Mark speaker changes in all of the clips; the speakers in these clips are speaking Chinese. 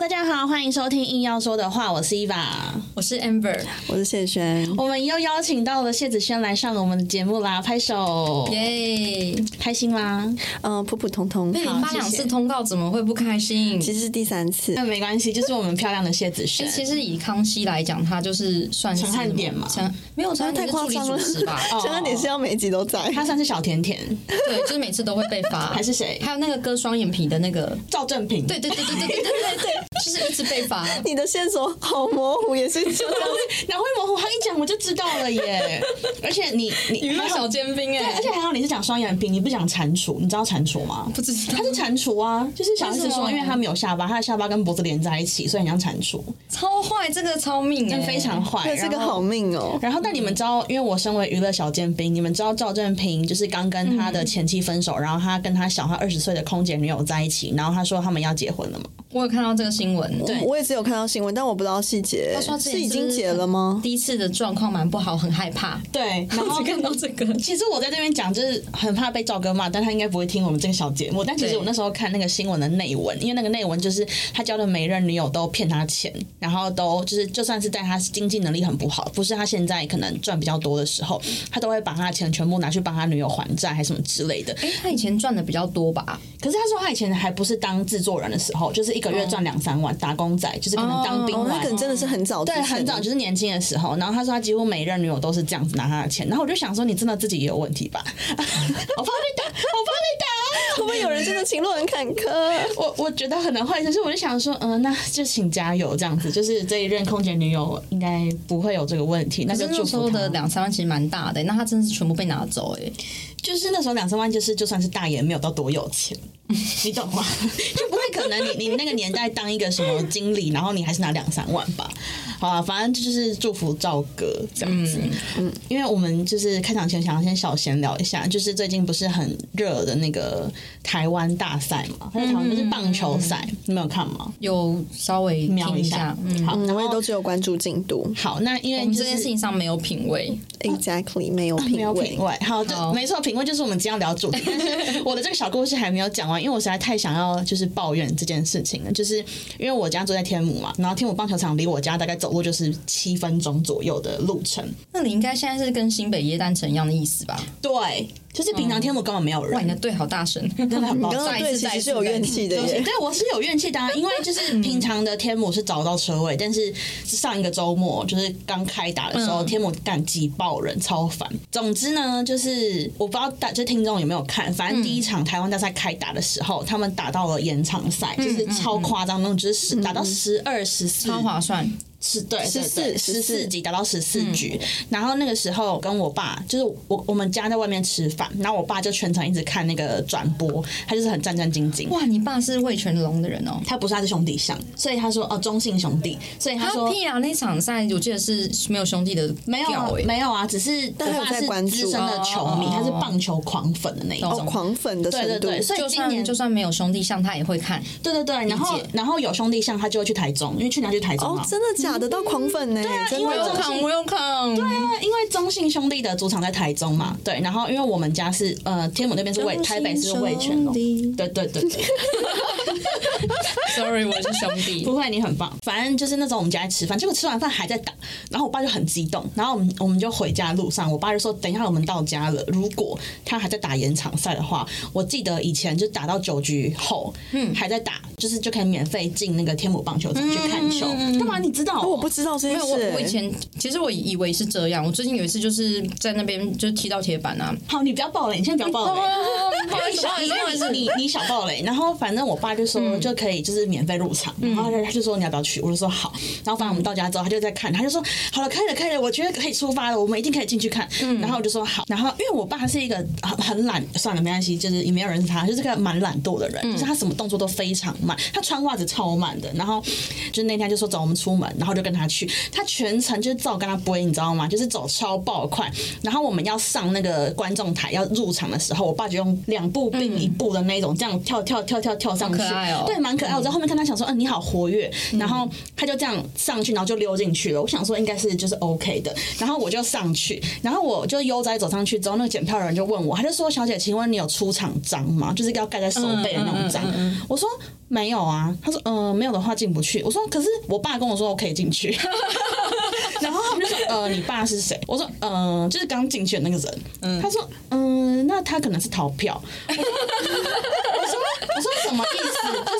Speaker 1: 大家好，欢迎收听硬要说的话，我是 Eva，
Speaker 2: 我是 Amber，
Speaker 3: 我是谢轩。
Speaker 1: 我们又邀请到了谢子轩来上我们的节目啦，拍手，
Speaker 2: 耶！
Speaker 1: 开心吗？
Speaker 3: 嗯、普普通通。
Speaker 2: 被你发两
Speaker 1: 谢谢
Speaker 2: 次通告，怎么会不开心？
Speaker 3: 其实是第三次
Speaker 1: 那，没关系，就是我们漂亮的谢子轩
Speaker 2: 欸。其实以康熙来讲，他就是算是
Speaker 1: 陈汉典吗
Speaker 2: 陈没有，陈汉典是助理主 持吧？
Speaker 1: 哦
Speaker 3: 陈安典是要每一集都在。
Speaker 1: 他算是小甜甜，
Speaker 2: 对，就是每次都会被发。
Speaker 1: 还是谁
Speaker 2: 还有那个割双眼皮的那个，
Speaker 1: 赵正平，
Speaker 2: 对对对对对对对对对，就是一直被发。
Speaker 3: 你的线索好模糊，也是 这样。
Speaker 1: 哪会模糊？他一讲我就知道了耶！ 而且你你
Speaker 2: 娱乐
Speaker 1: 还好
Speaker 2: 小尖兵
Speaker 1: 对，
Speaker 2: 哎、
Speaker 1: 而且还好你是讲双眼皮，你不讲蟾蜍，你知道蟾蜍吗？
Speaker 2: 不知道
Speaker 1: 它是蟾蜍啊，就是小 S
Speaker 2: 为什
Speaker 1: 说，
Speaker 2: 么
Speaker 1: 因为它没有下巴，它的下巴跟脖子连在一起，所以很像蟾蜍，
Speaker 2: 超坏，这个超命哎、
Speaker 1: 但非常坏。
Speaker 3: 这个
Speaker 1: 然后
Speaker 3: 好命哦、
Speaker 1: 然后，但你们知道，因为我身为娱乐小尖兵，你们知道赵正平就是刚跟他的前妻分手，然后他跟他小他二十岁的空姐女友在一起，然后他说他们要结婚了嘛？
Speaker 2: 我有看到这个新闻，
Speaker 3: 嗯我我也只有看到新闻，但我不知道细节。
Speaker 2: 他说之前
Speaker 3: 是已经结了吗？
Speaker 2: 第一次的状况蛮不好，很害怕。
Speaker 1: 对，然
Speaker 2: 我
Speaker 1: 后
Speaker 2: 只看到这个，
Speaker 1: 其实我在这边讲，就是很怕被赵哥骂，但他应该不会听我们这个小节目。但其实
Speaker 2: 对
Speaker 1: 我那时候看那个新闻的内文，因为那个内文就是他交的每任女友都骗他钱，然后都就是就算是在他经济能力很不好，不是他现在可能赚比较多的时候，他都会把他的钱全部拿去帮他女友还债还什么之类的。
Speaker 2: 哎、他以前赚的比较多吧？
Speaker 1: 可是他说他以前还不是当制作人的时候，就是一个月赚两三万，打工仔，就是可能当兵
Speaker 2: 哦
Speaker 1: 完。
Speaker 3: 那可能真的是很早之
Speaker 1: 对，
Speaker 3: 前，
Speaker 1: 很早就是年轻的时候，然后他说他几乎每一任女友都是这样子拿他的钱，然后我就想说你真的自己也有问题吧？ 我怕被打，我怕被打，
Speaker 3: 会不会有人真的情路很坎坷？
Speaker 1: 我我觉得可能会，可是我就想说，嗯、那就请加油这样子，就是这一任空姐女友应该不会有这个问题，那
Speaker 2: 可
Speaker 1: 就是祝
Speaker 2: 那时
Speaker 1: 福
Speaker 2: 候的
Speaker 1: 她。
Speaker 2: 两三万其实蛮大的、那他真的是全部被拿走哎、
Speaker 1: 就是那时候两三万，就是就算是大爷没有到多有钱。你懂吗？ 就不会可能你你那个年代当一个什么经理，然后你还是拿两三万吧。好啊，反正就是祝福赵哥这样子。嗯，因为我们就是开场前想要先小闲聊一下，就是最近不是很热的那个台湾大赛嘛，还有台湾不是棒球赛，你们有看吗？
Speaker 2: 有稍微
Speaker 1: 瞄
Speaker 2: 听
Speaker 1: 一
Speaker 2: 下
Speaker 1: 下，，
Speaker 2: 嗯，
Speaker 1: 好，
Speaker 3: 嗯，
Speaker 1: 然
Speaker 3: 我也
Speaker 1: 后哦
Speaker 3: 都只有关注进度。
Speaker 1: 好，那因为
Speaker 2: 我们
Speaker 1: 就
Speaker 2: 这件事
Speaker 1: 是。
Speaker 2: 情上没有品味，
Speaker 3: Exactly，没有品味。
Speaker 1: 啊没有品味，好，就
Speaker 2: 好
Speaker 1: 没错，品味就是我们今天要聊的主 题。但是我的这个小故事还没有讲完，因为我实在太想要就是抱怨这件事情了，就是因为我家住在天母嘛，然后天母棒球场离我家大概走路就是七分钟左右的路程。
Speaker 2: 那你应该现在是跟新北耶诞城一样的意思吧？
Speaker 1: 对，就是平常天母根本没有
Speaker 2: 哇，
Speaker 1: 人，
Speaker 2: 你的队好大 声，
Speaker 1: 真的很
Speaker 3: 你
Speaker 1: 抱
Speaker 3: 刚
Speaker 1: 歉。
Speaker 3: 刚对其实是有怨气的
Speaker 1: 对不起
Speaker 3: 耶。
Speaker 1: 对，我是有怨气的、啊，因为就是平常的天母是找到车位，但是上一个周末就是刚开打的时候，
Speaker 2: 嗯
Speaker 1: 天母干挤爆人，超烦。总之呢，就是我不知道大就听众有没有看，反正第一场台湾大赛开打的时候，他们打到了延长赛，就是超夸张，那种就是十打到十二、十四，
Speaker 2: 超划算，
Speaker 1: 是对十
Speaker 3: 14
Speaker 1: 十四嗯
Speaker 3: 14
Speaker 1: 集打到十四局，然后那个时候跟我爸就是我我们家在外面吃饭，然后我爸就全程一直看那个转播，他就是很战战兢兢。
Speaker 2: 哇，你爸是魏全龙的人哦。
Speaker 1: 他不是他是兄弟相，所以他说哦中性兄弟，所以他
Speaker 2: 他
Speaker 1: 说
Speaker 2: 屁啊！那场赛我记得是没有兄弟的
Speaker 1: 没有啊
Speaker 2: 调欸
Speaker 1: 没有啊，只是我
Speaker 3: 他有
Speaker 1: 爸
Speaker 3: 在
Speaker 1: 是
Speaker 3: 关注啊
Speaker 1: 资深的球迷，
Speaker 2: 哦
Speaker 1: 他是棒球狂粉的那一种。
Speaker 2: 懂
Speaker 3: 哦，狂粉的程
Speaker 1: 对对
Speaker 3: 度。
Speaker 1: 对，所以
Speaker 2: 就
Speaker 1: 今
Speaker 2: 算
Speaker 1: 年
Speaker 2: 就算没有兄弟像他也会看，
Speaker 1: 对对对，然后
Speaker 2: 理解
Speaker 1: 然后有兄弟相，他就会去台中，因为去年他去台中
Speaker 3: 哦
Speaker 1: 嘛，。
Speaker 3: 真的假的？到狂粉呢、真
Speaker 1: 嗯啊因为
Speaker 3: 的。
Speaker 1: 中
Speaker 2: 我有看，对啊，
Speaker 1: 那因为中信兄弟的主场在台中嘛，对，然后因为我们家是呃天母那边是魏，台北是魏全龙，对对对对。
Speaker 2: Sorry，我是兄 弟
Speaker 1: 不。会，你很棒。反正就是那时候我们家在吃饭，结果吃完饭还在打，然后我爸就很激动，然后我们我们就回家路上，我爸就说：“等一下我们到家了，如果他还在打延长赛的话，我记得以前就打到九局后，嗯，还在打，就是就可以免费进那个天母棒球场去看球。
Speaker 3: 嗯
Speaker 1: 干嘛？你知道哦、
Speaker 3: 我不知道这
Speaker 2: 没
Speaker 3: 件
Speaker 2: 有，
Speaker 3: 事、
Speaker 2: 我我以前其实我以为是这样，我最近有一次就是在那边就踢到铁板啊，
Speaker 1: 好，你不要爆雷，你先不要爆雷。
Speaker 2: 不好意 思，不好意
Speaker 1: 因
Speaker 2: 思，嗯
Speaker 1: 为
Speaker 2: 不好
Speaker 1: 你
Speaker 2: 意
Speaker 1: 是
Speaker 2: 思，
Speaker 1: 你你小爆雷，然后反正我爸就说就可以就是免费入场，
Speaker 2: 嗯
Speaker 1: 然后他就说你要不要去，我就说好，然后反正我们到家之后他就在看，他就说好了，可以了，可以了，我觉得可以出发了，我们一定可以进去看，
Speaker 2: 嗯
Speaker 1: 然后我就说好，然后因为我爸是一个很很懒，算了没关系，就是也没有人是他，就是个蛮懒惰的
Speaker 2: 嗯
Speaker 1: 人，就是他什么动作都非常慢，他穿袜子超慢的，然后就那天就说走我们出门，然后就跟他去，他全程就是照跟他播，你知道吗？就是走超爆快，然后我们要上那个观众台要入场的时候，我爸就用两步并一步的那种，这样跳跳跳跳跳上去，
Speaker 2: 嗯好可爱哦
Speaker 1: 对，蛮可爱。我在后面看他想说，嗯、你好活跃，然后他就这样上去，然后就溜进去了。我想说应该是就是 OK 的，然后我就上去，然后我就悠哉走上去之后，那个检票人就问我，他就说：“小姐，请问你有出厂章吗？就是要盖在手背的那种章。
Speaker 2: 嗯嗯嗯嗯
Speaker 1: 我说：“没有啊。”他说：“嗯、没有的话进不去。”我说：“可是我爸跟我说我哦可以进去。” 然后他们就说：“呃，你爸是谁？”我说：“呃，就是刚进去的那个人。他说：“嗯、那他可能是逃票。”我说：“我说我说什么意思？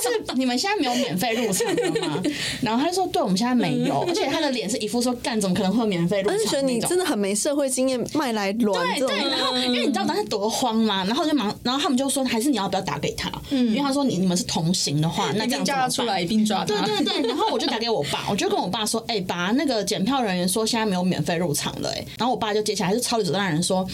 Speaker 1: 就是你们现在没有免费入场的吗？”然后他就说：“对，我们现在没有。”
Speaker 2: 嗯
Speaker 1: 而且他的脸是一副说：“干，怎么可能会有免费入场
Speaker 3: 而且觉得
Speaker 1: 那
Speaker 3: 你
Speaker 1: 种
Speaker 3: 真的很没社会经验，卖来卵这
Speaker 1: 对
Speaker 3: 种
Speaker 1: 对，
Speaker 3: 嗯
Speaker 1: 然后因为你知道当时多慌嘛，然后我就忙，然后他们就说还是你要不要打给他，因为他说你你们是同行的话，那
Speaker 2: 一
Speaker 1: 这样怎
Speaker 2: 定嗯叫
Speaker 1: 么
Speaker 2: 他出
Speaker 1: 办？
Speaker 2: 来，一并抓他。
Speaker 1: 对对 对，然后我就打给我爸，我就跟我爸说，哎、爸，那个检票人员说现在没有免费入场了、哎，然后我爸就接起来，就超级主动的人说，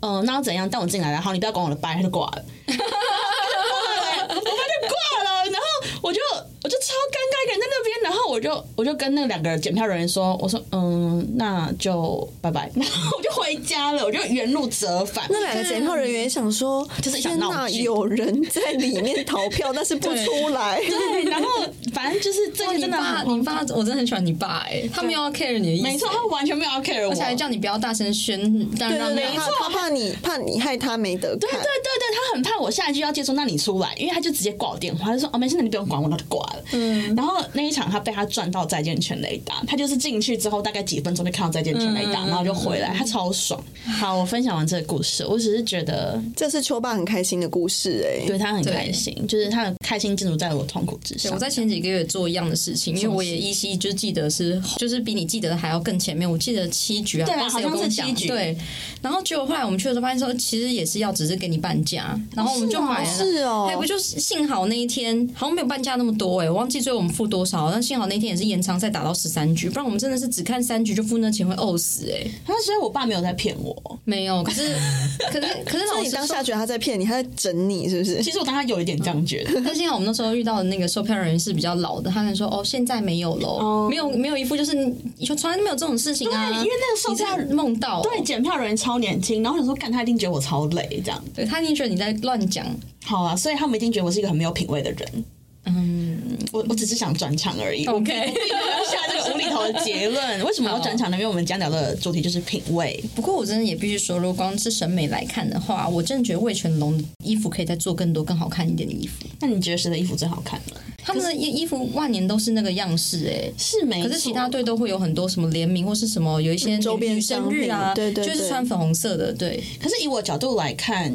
Speaker 1: 嗯、那要怎样？带我进来，然后你不要管我的班，他就挂了。 我爸就挂了，然后我就我就超尴尬，一个人在那边，然后我就我就跟那两个检票人员说，我说嗯，那就拜拜， 然后我就回家了，我就原路折 返。
Speaker 3: 那两个检票人员想说，
Speaker 1: 就是想
Speaker 3: 天
Speaker 1: 闹
Speaker 3: 哪，
Speaker 1: 剧
Speaker 3: 有人在里面逃 票，但是不出来。
Speaker 1: 对，然后反正就是这
Speaker 2: 哇
Speaker 1: 个
Speaker 2: 你
Speaker 1: 真的
Speaker 2: 爸，
Speaker 1: 很
Speaker 2: 你爸，我真的很喜欢你爸哎、他没有要 care 你的意思、
Speaker 1: 没错，他完全没有要 care 我，
Speaker 2: 而且还叫你不要大声宣，但
Speaker 3: 对
Speaker 2: 让
Speaker 3: 对对，
Speaker 2: 他
Speaker 3: 他他怕你怕你害他没得
Speaker 1: 对对
Speaker 3: 看
Speaker 1: 对。对，他很怕我下一句要接说那你出来，因为他就直接挂我电话，他就说哦没事，那你不用管我，他就挂了。嗯，然后那一场他被他赚到再见全雷达，他就是进去之后大概几分钟就看到再见全雷达，然后就回来，他超爽。嗯好，我分享完这个故事，我只是觉得
Speaker 3: 这是秋爸很开心的故事哎、
Speaker 1: 对他很开心，就是他的开心建筑在我痛苦之
Speaker 2: 对，
Speaker 1: 上
Speaker 2: 我。在前几个月做一样的事情，因为我也依稀就记得是，就是比你记得的还要更前面。我记得七局啊，
Speaker 1: 对啊
Speaker 2: 当时有
Speaker 1: 好像是
Speaker 2: 跟我讲
Speaker 1: 七局
Speaker 2: 对。然后结果后来我们去的时候发现说，其实也是要只是给你半价，然后我们就买了。
Speaker 3: 是哦
Speaker 2: 哎，不就是幸好那一天好像没有半价那么多哎、我忘记最后我们付多少，但幸好那天也是延长赛打到十三局，不然我们真的是只看三局就付那钱会呕死哎、
Speaker 1: 他所以我爸没有在骗我，
Speaker 2: 没有，可是 可是可是
Speaker 3: 那
Speaker 2: 老
Speaker 3: 你
Speaker 2: 师
Speaker 3: 当下觉得他在骗你，他在整你是不是？
Speaker 1: 其实我当他有一点这样觉得。
Speaker 2: 但幸好我们那时候遇到的那个售票人员是比较老的，他跟说哦，现在没有喽，
Speaker 1: 哦
Speaker 2: 没有没有一副就是你就从来都没有这种事情啊，
Speaker 1: 对因为那个售票
Speaker 2: 你在梦到哦、
Speaker 1: 对，检票人员超年轻，然后我想说，干他一定觉得我超累这样。
Speaker 2: 对他一定觉得你在乱讲，
Speaker 1: 好啊，所以他们一定觉得我是一个很没有品味的人。嗯，我我只是想转场而已。我
Speaker 2: OK
Speaker 1: 并没有要下这个无厘头的结论。为什么要转场呢？因为我们今天聊的主题就是品味。
Speaker 2: 不过我真的也必须说，如果光是审美来看的话，我真的觉得魏全龙的衣服可以再做更多更好看一点的衣服，
Speaker 1: 那你觉得谁的衣服最好看呢？
Speaker 2: 他们的衣衣服万年都是那个样式哎、
Speaker 1: 是没错，嗯
Speaker 2: 可是其他队都会有很多什么联名或是什么，有一些
Speaker 3: 周边
Speaker 2: 女生
Speaker 3: 商
Speaker 2: 日
Speaker 3: 品
Speaker 2: 啊，
Speaker 3: 对对
Speaker 2: 就是
Speaker 3: 对
Speaker 2: 穿粉红色的，对，
Speaker 1: 可是以我角度来看。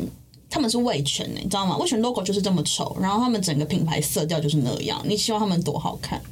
Speaker 1: 他们是味全欸呢、你知道吗？味全 logo 就是这么丑，然后他们整个品牌色调就是那样。你希望他们多好看？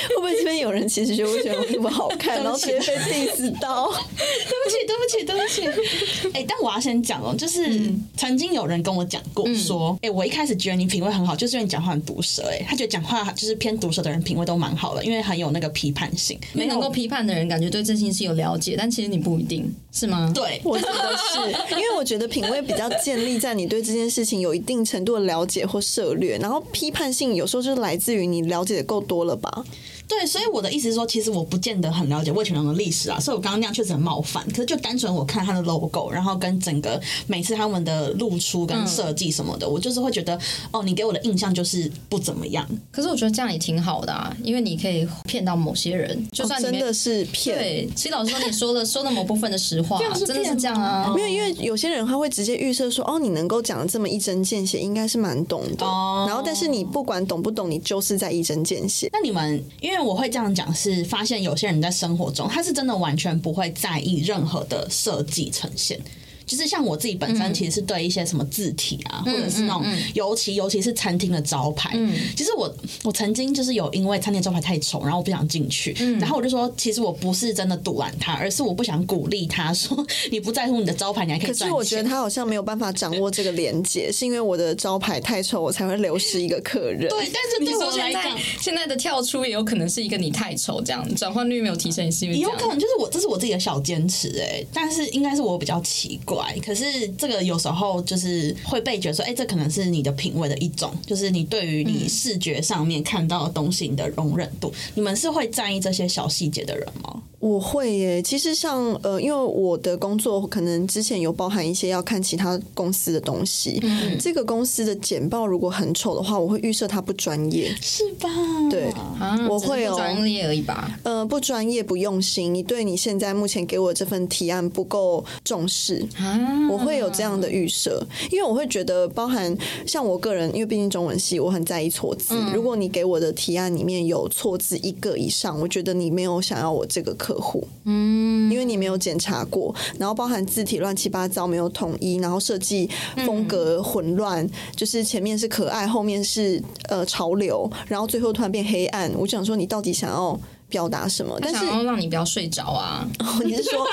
Speaker 3: 会不会这边有人其实觉得魏全龙不好看，然后直接被 diss 到？
Speaker 1: 对不起，对不起，对不起。哎、但我要先讲哦，就是
Speaker 2: 嗯
Speaker 1: 曾经有人跟我讲过说，哎、我一开始觉得你品味很好，就是因为你讲话很毒舌、哎，他觉得讲话就是偏毒舌的人品味都蛮好的，因为很有那个批判性。
Speaker 2: 没能够批判的人，感觉对这件事有了解，但其实你不一定是吗？
Speaker 1: 对，
Speaker 3: 我觉得 是因为我觉得品味比较建立在你对这件事情有一定程度的了解或涉略，然后批判性有时候就是来自于你了解的够多了吧？
Speaker 1: 对，所以我的意思是说，其实我不见得很了解魏全龙的历史啊，所以我刚刚那样确实很冒犯。可是就单纯我看他的 logo，然后跟整个每次他们的露出跟设计什么的，我就是会觉得，哦，你给我的印象就是不怎么样。
Speaker 2: 可是我觉得这样也挺好的啊，因为你可以骗到某些人，就算你
Speaker 3: 哦真
Speaker 2: 没
Speaker 3: 的是骗。
Speaker 2: 对，其实老实说，你说了说了某部分的 实话
Speaker 1: 这样，是
Speaker 2: 真的是
Speaker 1: 骗
Speaker 2: 这样啊
Speaker 1: 吗。
Speaker 3: 没有，因为有些人他会直接预设说，哦，你能够讲的这么一针见血，应该是蛮懂的。
Speaker 1: 哦
Speaker 3: 然后，但是你不管懂不懂，你就是在一针见血。
Speaker 1: 那你们，因为我会这样讲，是发现有些人在生活中，他是真的完全不会在意任何的设计呈现。就是像我自己本
Speaker 3: 嗯
Speaker 1: 身，其实是对一些什么字体啊，或者是那种，尤其尤其是餐厅的招牌。
Speaker 3: 嗯
Speaker 1: 其实我我曾经就是有因为餐厅招牌太丑，然后我不想进去，
Speaker 3: 嗯
Speaker 1: 然后我就说，其实我不是真的堵拦他，而是我不想鼓励他说 你不在乎你的招牌，你还可以
Speaker 3: 可
Speaker 1: 赚钱。
Speaker 3: 是我觉得他好像没有办法掌握这个连接，是因为我的招牌太丑，我才会流失一个客人。
Speaker 1: 对，但是
Speaker 2: 你
Speaker 1: 对
Speaker 2: 说
Speaker 1: 我来
Speaker 2: 现
Speaker 1: 讲
Speaker 2: 在，现在的跳出也有可能是一个你太丑这样，转换率没有提升，也是因为这
Speaker 1: 有
Speaker 2: 样
Speaker 1: 可能就是我，这是我自己的小坚持哎、但是应该是我比较奇怪。可是这个有时候就是会被觉得说，哎、这可能是你的品味的一种，就是你对于你视觉上面看到的东西，你的容忍度，你们是会在意这些小细节的人吗？
Speaker 3: 我会耶，其实像呃，因为我的工作可能之前有包含一些要看其他公司的东西，这个公司的简报如果很丑的话，我会预设它不专业，
Speaker 1: 是吧？
Speaker 3: 对，
Speaker 2: 啊，
Speaker 3: 我
Speaker 2: 只是
Speaker 3: 会
Speaker 2: 不
Speaker 3: 哦
Speaker 2: 专业而已吧。
Speaker 3: 呃，不专业不用心，你对你现在目前给我这份提案不够重视，
Speaker 2: 啊，
Speaker 3: 我会有这样的预设，因为我会觉得，包含像我个人，因为毕竟中文系，我很在意错字。如果你给我的提案里面有错字一个以上，我觉得你没有想要我这个客户，嗯，因为你没有检查过，然后包含字体乱七八糟，没有统一，然后设计风格混乱，就是前面是可爱，后面是呃潮流，然后最后突然变黑暗。我就想说，你到底想要？表达什么？但是
Speaker 2: 想要让你不要睡着啊，
Speaker 3: 你是说，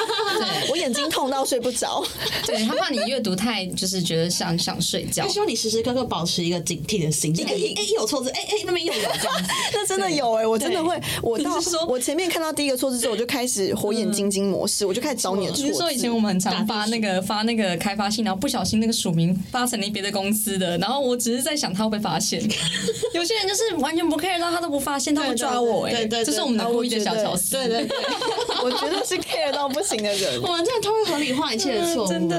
Speaker 3: 我眼睛痛到睡不着？
Speaker 2: 对他怕你阅读太就是觉得想想睡觉
Speaker 1: 他。希望你时时刻刻保持一个警惕的心，就哎哎一有错字，哎哎那边又有这样子，
Speaker 3: 那真的有哎、我真的会，我到
Speaker 2: 你是说嗯
Speaker 3: 我前面看到第一个错字之后，我就开始火眼金睛模式，我就开始找你的
Speaker 2: 只是
Speaker 1: 啊
Speaker 3: 错
Speaker 2: 说以前
Speaker 3: 字。
Speaker 2: 我们很常发那个发那个开发信，然后不小心那个署名发成了别的公司的，然后我只是在想他会不会发 现。有些人就是完全不 care，让他都不发现，他会抓我哎、
Speaker 1: 对对对对啊
Speaker 2: 这是我们的故意的小巧思。
Speaker 1: 对对对，
Speaker 3: 我觉得是 care 到不行的 人
Speaker 1: 我。们真的都会合理化一切的错误，
Speaker 2: 真的，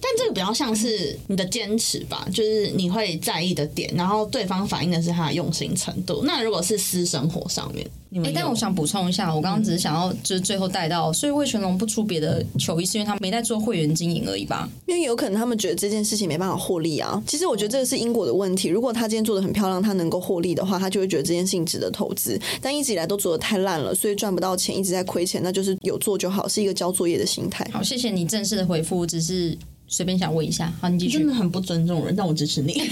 Speaker 1: 但这个比较像是你的坚持吧，就是你会在意的点，然后对方反映的是他的用心程度。那如果是私生活上面，你
Speaker 2: 哎、
Speaker 1: 们有、
Speaker 2: 但我想补充一下，我刚刚只是想要就是最后带到，所以魏全龙不出别的球衣，是因为他没在做会员经营而已吧？
Speaker 3: 因为有可能他们觉得这件事情没办法获利啊。其实我觉得这个是因果的问题。如果他今天做的很漂亮，他能够获利的话，他就会觉得这件事情值得投资。但一直以来都做的太烂了，所以赚不到钱，一直在亏钱，那就是有做就好，是一个交作业的心态。
Speaker 2: 好，谢谢你正式的回复，只是随便想问一下。好，你继续
Speaker 1: 真。的很不尊重人，但我支持你。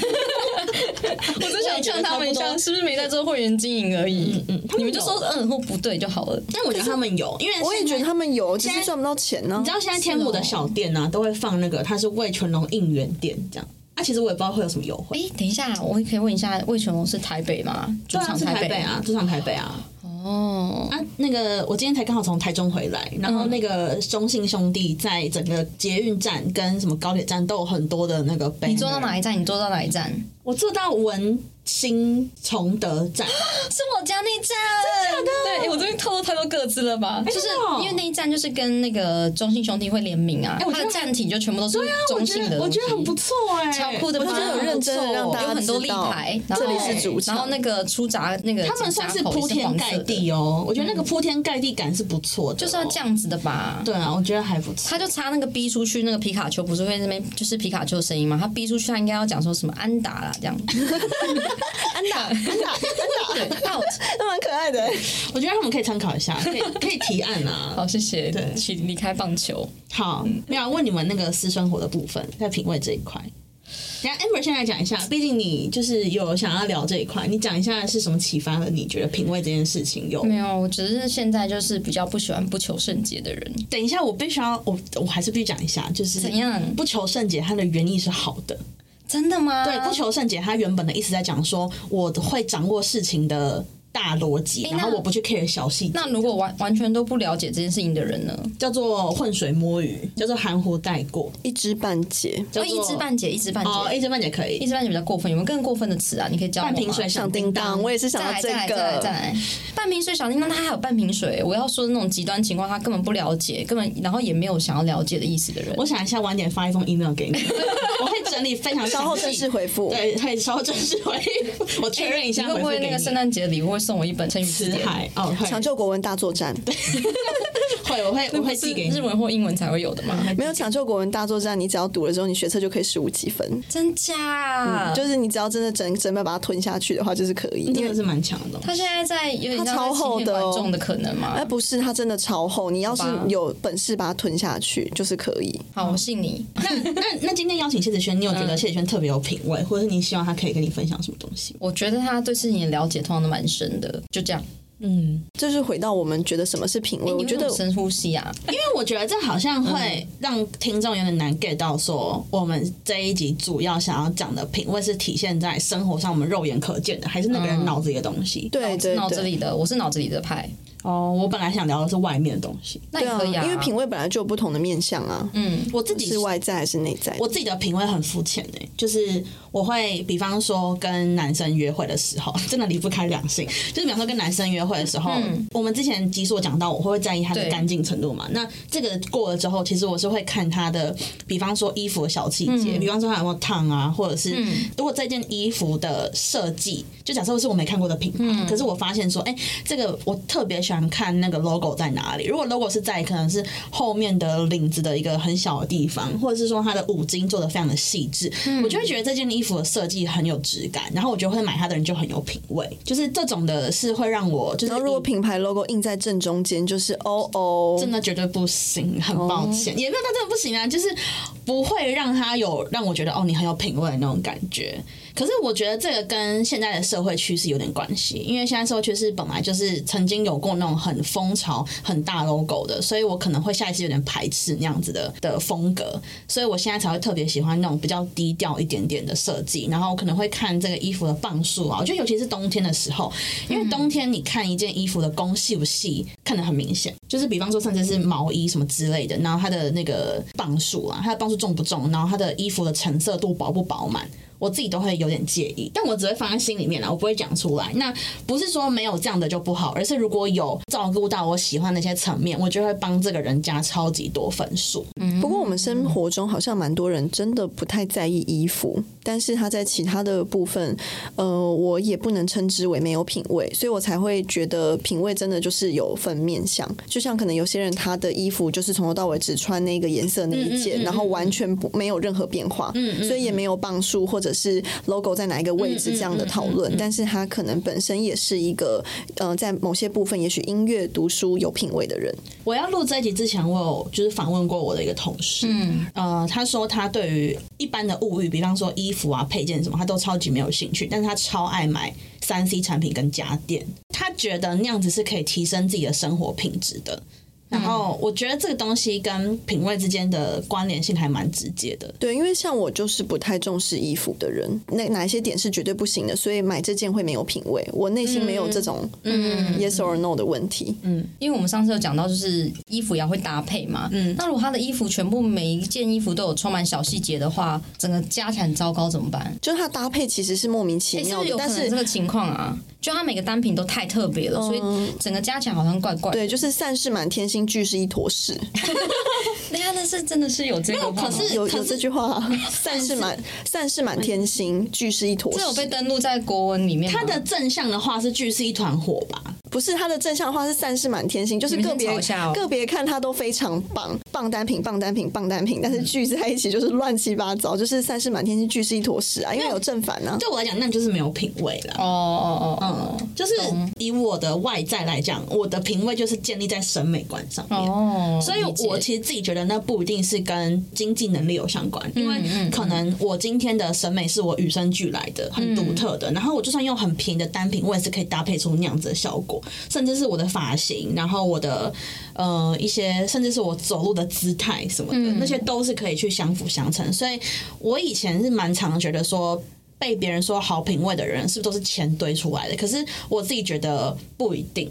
Speaker 2: 我只想呛他们一下，是不是没在做会员经营而已？嗯嗯，你们就说嗯或不对就好了。
Speaker 1: 但我觉得他们有，因为
Speaker 3: 我也
Speaker 1: 现在
Speaker 3: 觉得他们有，只
Speaker 1: 现
Speaker 3: 是
Speaker 1: 在
Speaker 3: 赚不到钱呢、
Speaker 1: 你知道现在天母的小店呢、啊，都会放那个它是味全龙应援店这样。啊，其实我也不知道会有什么优惠。
Speaker 2: 哎、等一下，我可以问一下，魏全龙是台北吗？主
Speaker 1: 对啊，
Speaker 2: 哎场
Speaker 1: 是台
Speaker 2: 北
Speaker 1: 北啊，主场台北啊。
Speaker 2: 哦，
Speaker 1: 啊，那个我今天才刚好从台中回来，然
Speaker 2: 嗯
Speaker 1: 后那个中信兄弟在整个捷运站跟什么高铁站都有很多的那个杯。
Speaker 2: 你坐到哪一站？你坐到哪一站？
Speaker 1: 我坐到文心崇德站，
Speaker 2: 是我家那一站，真的对，诶我这边透露太多个资了吧？就是
Speaker 1: 真的哦
Speaker 2: 因为那一站就是跟那个中信兄弟会联名啊，
Speaker 1: 诶我觉
Speaker 2: 它
Speaker 1: 得
Speaker 2: 的站体就全部都是中信的
Speaker 1: 我觉得很不
Speaker 2: 东西。
Speaker 1: 错哎、
Speaker 2: 超酷的吧，
Speaker 3: 我觉得有认真地让大家
Speaker 2: 有很多立
Speaker 3: 知道
Speaker 2: 牌，然后
Speaker 3: 这里是主场
Speaker 2: 然后那个出闸那个
Speaker 1: 他们算是
Speaker 2: 闸口
Speaker 1: 铺天
Speaker 2: 黄色
Speaker 1: 盖
Speaker 2: 的
Speaker 1: 地哦，我觉得那个铺天盖地感是不错的、
Speaker 2: 嗯
Speaker 1: 哦
Speaker 2: 就是要这。样子的吧。
Speaker 1: 对啊，我觉得还不错。
Speaker 2: 他就插那个逼出去，那个皮卡丘不是会那边就是皮卡丘的声音吗？他逼出去，他应该要讲说什么安达啦这样。安达，安达， 安达，对，out。
Speaker 3: 那蛮可爱的、欸
Speaker 1: 我觉得他们可以参考一下，可以可以提案啊。
Speaker 2: 好，谢谢，
Speaker 1: 对
Speaker 2: 请离开棒球。
Speaker 1: 好，没有问你们那个私生活的部分，在品味这一块。然后 Amber 先来讲一下，毕竟你就是有想要聊这一块，你讲一下是什么启发了你觉得品味这件事情有？
Speaker 2: 没有，我只是现在就是比较不喜欢不求甚解的人。
Speaker 1: 等一下，我必须要，我我还是必须讲一下，就是
Speaker 2: 怎样
Speaker 1: 不求甚解，它的原意是好的。
Speaker 2: 真的吗？
Speaker 1: 对，不。求甚解，它原本的意思在讲说，我会掌握事情的大逻辑，然后
Speaker 2: 那
Speaker 1: 我不去 care 小细节，
Speaker 2: 那如果完完全都不了解这件事情的人呢？
Speaker 1: 叫做浑水摸鱼，叫做含糊带过，
Speaker 3: 一知半解，
Speaker 1: 叫
Speaker 2: 就
Speaker 1: 做
Speaker 2: 一知半解，一知半
Speaker 1: 哦，
Speaker 2: 解，
Speaker 1: 一知半解可
Speaker 2: 一
Speaker 1: 以，
Speaker 2: 知半解比较过分。有没有更过分的词啊？你可以教我
Speaker 1: 半
Speaker 2: 吗？
Speaker 1: 瓶水响
Speaker 3: 响叮
Speaker 1: 叮
Speaker 3: 当，
Speaker 1: 当，
Speaker 3: 我也是想
Speaker 2: 再
Speaker 3: 到
Speaker 2: 来
Speaker 3: 这
Speaker 2: 再来再来再
Speaker 3: 个。
Speaker 2: 来，半瓶水小叮当，他还有半瓶水。我要说那种极端情况，他根本不了解，根本然后也没有想要了解的意思的人。
Speaker 1: 我想一下，晚点发一封 email 给你，我会整理非常
Speaker 3: 稍后
Speaker 1: 详
Speaker 3: 正
Speaker 1: 细
Speaker 3: 式回复
Speaker 1: 对，会稍后正式回复，我确认一下
Speaker 2: 哎你会
Speaker 1: 回复
Speaker 2: 不会那
Speaker 1: 给
Speaker 2: 个圣
Speaker 1: 你。
Speaker 2: 诞节礼物会送我一本成语词
Speaker 1: 辞
Speaker 2: 典？
Speaker 1: 海哦，会
Speaker 3: 抢救国文大作战，
Speaker 1: 会，我会我会寄给
Speaker 2: 日
Speaker 1: 你。
Speaker 2: 文或英文才会有的吗？
Speaker 3: 没有抢救国文大作战，你只要读了之后，你学测就可以十五几 分。
Speaker 2: 真假？
Speaker 3: 嗯就是你只要真的整整本把它吞下去的话，就是可以。因
Speaker 1: 真
Speaker 3: 为
Speaker 1: 的是蛮强的东西，
Speaker 2: 他现在在有点像
Speaker 3: 他超
Speaker 2: 在欺
Speaker 3: 厚
Speaker 2: 骗
Speaker 3: 的哦
Speaker 2: 观众的可能吗？
Speaker 3: 哎，不是，它真的超厚。你要是
Speaker 2: 好吧
Speaker 3: 有本事把它吞下去，就是可以。
Speaker 2: 好，我信你。
Speaker 1: 那那那今天邀请谢子轩，你有
Speaker 2: 嗯
Speaker 1: 觉得谢子轩特别有品味，或者是你希望他可以跟你分享什么东西？
Speaker 2: 我觉得他对事情的了解通常都蛮深的，就这样。
Speaker 1: 嗯，
Speaker 3: 就是回到我们觉得什么是品味，
Speaker 2: 哎
Speaker 3: 我
Speaker 2: 你为
Speaker 3: 觉
Speaker 2: 什么
Speaker 3: 得
Speaker 2: 深呼吸啊，
Speaker 1: 因为我觉得这好
Speaker 2: 嗯
Speaker 1: 像会让听众有点难 get 到，说我们这一集主要想要讲的品味是体现在
Speaker 2: 嗯
Speaker 1: 生活上我们肉眼可见的，还是那个人脑子里的东西？
Speaker 3: 对对
Speaker 2: 脑子
Speaker 3: 对，
Speaker 2: 里的，我是脑子里的派。
Speaker 1: 哦，我本来想聊的是外面的东西，
Speaker 2: 那
Speaker 3: 对啊
Speaker 2: 也可以啊
Speaker 3: 因为品味本来就有不同的面向啊，嗯，
Speaker 1: 我自己
Speaker 3: 是外在还是内在？
Speaker 1: 我自己的品味很肤浅诶，就是我会比方说跟男生约会的时候， 真的离不开两性。就是比方说跟男生约会的时候，
Speaker 3: 嗯
Speaker 1: 我们之前集数有讲到，我会在意他的
Speaker 2: 对
Speaker 1: 干净程度嘛。那这个过了之后，其实我是会看他的，比方说衣服的小细
Speaker 3: 嗯
Speaker 1: 节，比方说他有没有烫啊，或者是如果这件衣服的设计，就假设是我没看过的品牌，
Speaker 3: 嗯
Speaker 1: 可是我发现说，哎、这个我特别喜欢看那个 logo 在哪里。如果 logo 是在可能是后面的领子的一个很小的地方，或者是说它的五金做的非常的细致，
Speaker 3: 嗯
Speaker 1: 我就会觉得这件衣服的设计很有质感，然后我觉得会买它的人就很有品味，就是这种的是会让我就是
Speaker 3: 然后如果品牌 logo 印在正中间，就是哦哦，
Speaker 1: 真的绝对不行，很抱歉，也没有到真的不行啊，就是不会让他有让我觉得哦，你很有品味的那种感觉。可是我觉得这个跟现在的社会趋势有点关系，因为现在社会趋势本来就是曾经有过那种很风潮、很大 logo 的，所以我可能会下一次有点排斥那样子的的风格，所以我现在才会特别喜欢那种比较低调一点点的设计，然后我可能会看这个衣服的磅数啊，我觉得尤其是冬天的时候，因为冬天你看一件衣服的工细不细，看得很明显，就是比方说甚至是毛衣什么之类的，然后它的那个磅数啊，它的磅数重不重，然后它的衣服的成色度饱不饱满。我自己都会有点介意，但我只会放在心里面啦，啊我不会讲出来。那不是说没有这样的就不好，而是如果有照顾到我喜欢的一些层面，我就会帮这个人加超级多分数。
Speaker 3: 不过我们生活中好像蛮多人真的不太在意衣服，但是他在其他的部分，呃，我也不能称之为没有品味，所以我才会觉得品味真的就是有分面向。就像可能有些人他的衣服就是从头到尾只穿那个颜色那一件，然后完全不没有任何变化，所以也没有磅数或者是 logo 在哪一个位置这样的讨论。但是他可能本身也是一个，呃，在某些部分也许音乐、读书有品味的人。
Speaker 1: 我要录这一集之前，我有就是访问过我的一个同事，嗯，呃，他说他对于一般的物欲，比方说衣服啊、配件什么，他都超级没有兴趣，但是他超爱买三 C 产品跟家电，他觉得那样子是可以提升自己的生活品质的。然后我觉得这个东西跟品味之间的关联性还蛮直接的，
Speaker 3: 对，因为像我就是不太重视衣服的人，那哪一些点是绝对不行的，所以买这件会没有品味。我内心没有这种嗯 yes or no 的问题。
Speaker 2: 因为我们上次有讲到，就是衣服也会搭配嘛。嗯，那如果他的衣服全部每一件衣服都有充满小细节的话，整个加起来很糟糕怎么办？
Speaker 3: 就是它搭配其实是莫名其
Speaker 2: 哎诶是
Speaker 3: 妙
Speaker 2: 不
Speaker 3: 的，
Speaker 2: 是有可
Speaker 3: 但
Speaker 2: 能这
Speaker 3: 是
Speaker 2: 个情况啊？嗯就他每个单品都太特别了，所以整个加起来好像怪怪。，
Speaker 3: 对，就是散是满天星，聚是一坨屎。
Speaker 2: 那他那哎是真的是有这个吗，
Speaker 1: 可是
Speaker 3: 有
Speaker 1: 可
Speaker 3: 有
Speaker 1: 是
Speaker 3: 这句话啊， 散是满散是满天星，聚是一坨
Speaker 2: 这有被
Speaker 3: 屎。
Speaker 2: 登录在国文里面吗。
Speaker 1: 他的正向的话是聚是一团火吧？
Speaker 3: 不是它的正向的话是散是满天星，就是
Speaker 2: 你们先
Speaker 3: 个别
Speaker 2: 吵一下哦
Speaker 3: 个别看它都非常棒，棒单品棒单品棒单品，
Speaker 2: 嗯
Speaker 3: 但是聚在一起就是乱七八糟，就是散是满天星，聚是一坨屎啊，因为有正反啊。
Speaker 1: 对我来讲，那就是没有品味了。
Speaker 2: 哦哦哦哦
Speaker 1: 就是以我的外在来讲，我的品味就是建立在审美观上面。
Speaker 2: 哦，
Speaker 1: 所以
Speaker 2: 理解
Speaker 1: 我其实自己觉得那不一定是跟经济能力有相关，因为可能我今天的审美是我与生俱来的，很独特的。然后我就算用很平的单品，我也是可以搭配出那样子的效果，甚至是我的发型，然后我的呃一些，甚至是我走路的姿态什么的，那些都是可以去相辅相成。所以我以前是蛮常觉得说。被别人说好品味的人，是不是都是钱堆出来的？可是我自己觉得不一定。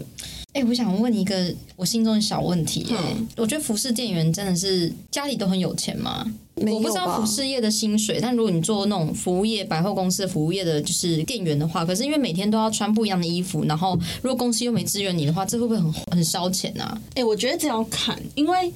Speaker 2: 哎、我想问一个我心中的小问题、欸。
Speaker 1: 嗯
Speaker 2: 我觉得服饰店员真的是家里都很有钱吗？
Speaker 3: 没
Speaker 2: 我不
Speaker 3: 有
Speaker 2: 知道
Speaker 3: 吧
Speaker 2: 服饰业的薪水，但如果你做那种服务业、百货公司的服务业的，就是店员的话，可是因为每天都要穿不一样的衣服，然后如果公司又没支援你的话，这会不会很很烧钱啊？
Speaker 1: 哎、我觉得这要看，因为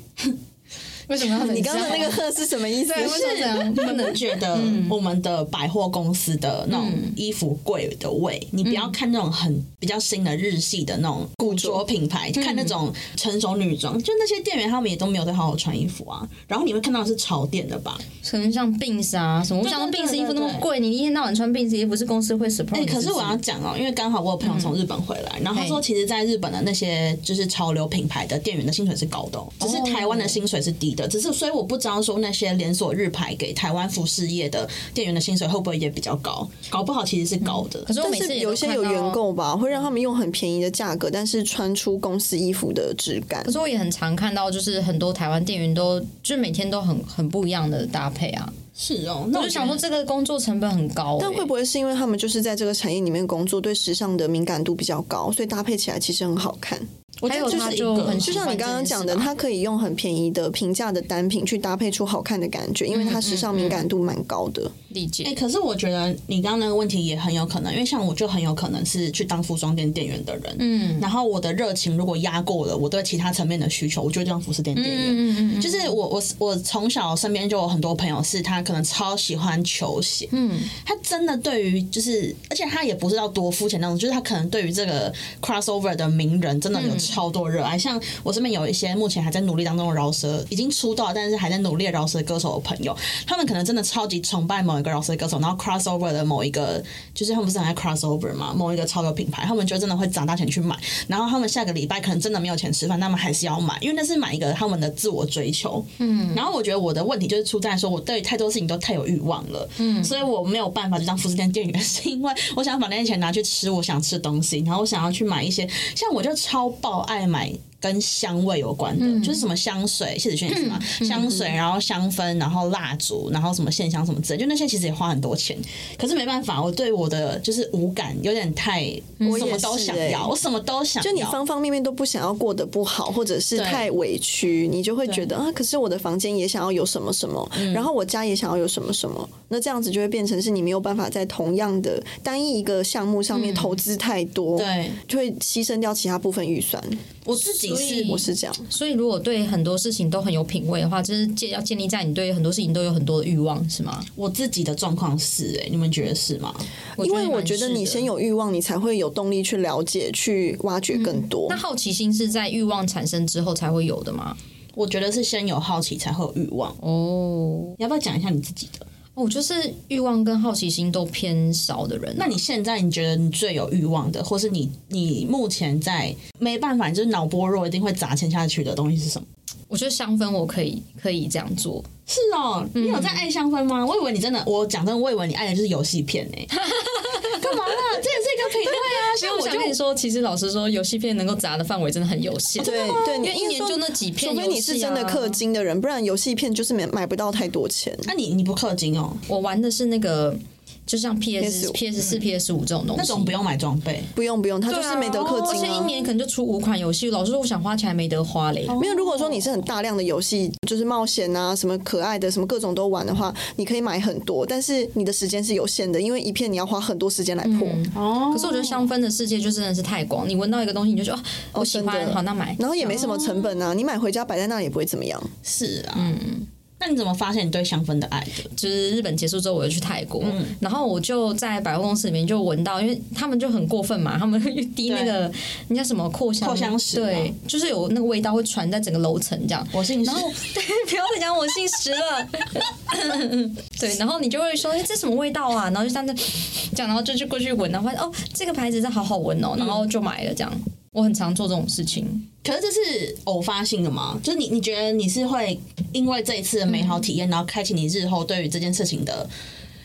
Speaker 2: 为什么要
Speaker 3: 你刚刚的那个“呵”是什么意思？
Speaker 2: 对，为什么这样？
Speaker 1: 不能觉得我们的百货公司的那种衣服柜的味，你不要看那种很比较新的日系的那种古着品牌，看那种成熟女装，就那些店员他们也都没有在好好穿衣服啊。然后你会看到的是潮店的吧？
Speaker 2: 可能像 Bins 啊什么？我
Speaker 1: 对
Speaker 2: 想说
Speaker 1: 对
Speaker 2: Bins
Speaker 1: 对
Speaker 2: 衣服那
Speaker 1: 对
Speaker 2: 么
Speaker 1: 对
Speaker 2: 贵，你一天到晚穿 Bins 衣服，是公司会 support？
Speaker 1: 哎、
Speaker 2: 你
Speaker 1: 可是嗯
Speaker 2: 自己
Speaker 1: 我
Speaker 3: 啊
Speaker 1: 要讲哦、因为刚好我有朋友从日本回来，然后他说其实在日本的那些就是潮流品牌的店员的薪水是高的、哦，只是台湾的薪水是低的。只是所以我不知道说那些连锁日牌给台湾服饰业的店员的薪水会不会也比较高，搞不好其实是高的。
Speaker 2: 可是我
Speaker 3: 但
Speaker 2: 每次
Speaker 3: 是
Speaker 2: 也
Speaker 3: 有
Speaker 2: 都
Speaker 3: 些
Speaker 2: 看
Speaker 3: 有
Speaker 2: 到
Speaker 3: 员工吧，会让他们用很便宜的价格，但是穿出公司衣服的质感
Speaker 2: 可。是我也很常看到，就是很多台湾店员都就每天都很很不一样的搭配啊。
Speaker 1: 是哦，那
Speaker 2: 我就想说，这个工作成本很高、欸，
Speaker 3: 但会不会是因为他们就是在这个产业里面工作，对时尚的敏感度比较高，所以搭配起来其实很好看？
Speaker 1: 我觉得
Speaker 2: 还有
Speaker 1: 就
Speaker 2: 他
Speaker 1: 是一
Speaker 2: 就
Speaker 1: 个
Speaker 2: 很
Speaker 3: 就像你刚刚讲
Speaker 2: 喜欢这件
Speaker 3: 的，
Speaker 2: 事吧啊
Speaker 3: 它可以用很便宜的平价的单品去搭配出好看的感觉，因为它时尚敏感度蛮高的。
Speaker 2: 理
Speaker 1: 哎、
Speaker 2: 解。
Speaker 1: 可是我觉得你刚刚那个问题也很有可能，因为像我就很有可能是去当服装店店员的人，嗯，然后我的热情如果压过了我对其他层面的需求，我就会当服饰店店员。
Speaker 2: 嗯嗯嗯，
Speaker 1: 就是我我我从小身边就有很多朋友是他可能超喜欢球鞋，嗯，他真的对于就是，而且他也不是要多肤浅那种，就是他可能对于这个 crossover 的名人真的有超多热爱。像我身边有一些目前还在努力当中的饶舌，已经出道但是还在努力的饶舌歌手的朋友，他们可能真的超级崇拜某一个饶舌歌手，然后 crossover 的某一个，就是他们不是很爱 crossover 嘛，某一个潮流品牌，他们就真的会长大钱去买，然后他们下个礼拜可能真的没有钱吃饭，他们还是要买，因为那是买一个他们的自我追求。嗯，然后我觉得我的问题就是出在说我对太多事情都太有欲望了，嗯，所以我没有办法去当服饰店店员，是因为我想要把那些钱拿去吃我想吃的东西，然后我想要去买一些，像我就超爆爱买。跟香味有关的，就是什么香水，谢子轩也是嘛，香水，然后香氛，然后蜡烛，然后什么线香什么之类，就那些其实也花很多钱。可是没办法，我对我的就是无感有点太，我什么都想
Speaker 3: 也是
Speaker 1: 要，
Speaker 3: 欸
Speaker 1: 我什么都想要。
Speaker 3: 就你方方面面都不想要过得不好，或者是
Speaker 1: 对
Speaker 3: 太委屈，你就会觉得啊，可是我的房间也想要有什么什么，
Speaker 2: 嗯
Speaker 3: 然后我家也想要有什么什么，那这样子就会变成是你没有办法在同样的单一一个项目上面
Speaker 2: 嗯
Speaker 3: 投资太多，
Speaker 1: 对，
Speaker 3: 就会牺牲掉其他部分预算。
Speaker 2: 嗯
Speaker 1: 我自己
Speaker 2: 所
Speaker 1: 是
Speaker 2: 以
Speaker 3: 我是这样，
Speaker 2: 所以如果对很多事情都很有品味的话，就是建要建立在你对很多事情都有很多的欲望，是吗？
Speaker 1: 我自己的状况是、哎，你们觉得是吗？
Speaker 3: 因为
Speaker 2: 蛮
Speaker 3: 我觉得
Speaker 2: 是
Speaker 3: 你
Speaker 2: 的
Speaker 3: 先有欲望，你才会有动力去了解、去挖掘更多。
Speaker 2: 嗯那好奇心是在欲望产生之后才会有的吗？
Speaker 1: 我觉得是先有好奇才会有欲望。
Speaker 2: 哦，
Speaker 1: 你要不要讲一下你自己的？
Speaker 2: 我哦就是欲望跟好奇心都偏少的人。啊
Speaker 1: 那你现在你觉得你最有欲望的，或是你你目前在没办法，就是脑波弱一定会砸钱下去的东西是什么？
Speaker 2: 我觉得香氛我可以可以这样做，
Speaker 1: 是哦，你有在爱香氛吗？我以为你真的，我讲真的，我以为你爱的就是游戏片 呢、干嘛啦？这也是一个品味 啊！所
Speaker 2: 所
Speaker 1: 以
Speaker 2: 以
Speaker 1: 我
Speaker 2: 我想跟你
Speaker 1: 就
Speaker 2: 说，其实老实说，游戏片能够砸的范围真的很有限。
Speaker 3: 对对，因
Speaker 2: 因为一年就那几片
Speaker 3: 除非你
Speaker 2: 游
Speaker 3: 是
Speaker 2: 戏啊
Speaker 3: 真的氪金的人，不然游戏片就是买买不到太多钱。
Speaker 1: 那你你不氪金哦，
Speaker 2: 我玩的是那个，就像 PS
Speaker 3: PS5
Speaker 2: PS 四、PS 五这种东西，啊哦
Speaker 1: 那种不用买装备。
Speaker 3: 不用不用，他就是没得氪金
Speaker 2: 而且
Speaker 3: 啊。
Speaker 2: 一年可能就出五款游戏，老实说，我想花钱还没得花嘞。
Speaker 3: 没有，如果说你是很大量的游戏，就是冒险啊，什么可爱的，什么各种都玩的话，你可以买很多，但是你的时间是有限的，因为一片你要花很多时间来破。
Speaker 2: 嗯
Speaker 1: 哦，
Speaker 2: 可是我觉得香氛的世界就真的是太广，你闻到一个东西你就说啊，我喜
Speaker 3: 哦真
Speaker 2: 欢，
Speaker 3: 的
Speaker 2: 好那买。
Speaker 3: 然后也没什么成本啊，你买回家摆在那里也不会怎么样。
Speaker 1: 是啊，嗯。那你怎么发现你对香氛的爱的？
Speaker 2: 就是日本结束之后，我就去泰国，然后我就在百货公司里面就闻到，因为他们就很过分嘛，他 们会滴那个那叫什么扩香
Speaker 1: 扩香石
Speaker 2: 对
Speaker 1: 吗，
Speaker 2: 就是有那个味道会传在整个楼层这 样。
Speaker 1: 我姓石
Speaker 2: 然后对，不要再讲我姓石了。 对，然后你就会说，哎、这什么味道啊？然后就这样子讲，然后就去过去闻，然后发现哦，这个牌子真好好闻哦，然后就买了这样。我很常做这种事情，
Speaker 1: 可是这是偶发性的吗？就是你你觉得你是会因为这一次的美好体验，然后开启你日后对于这件事情的？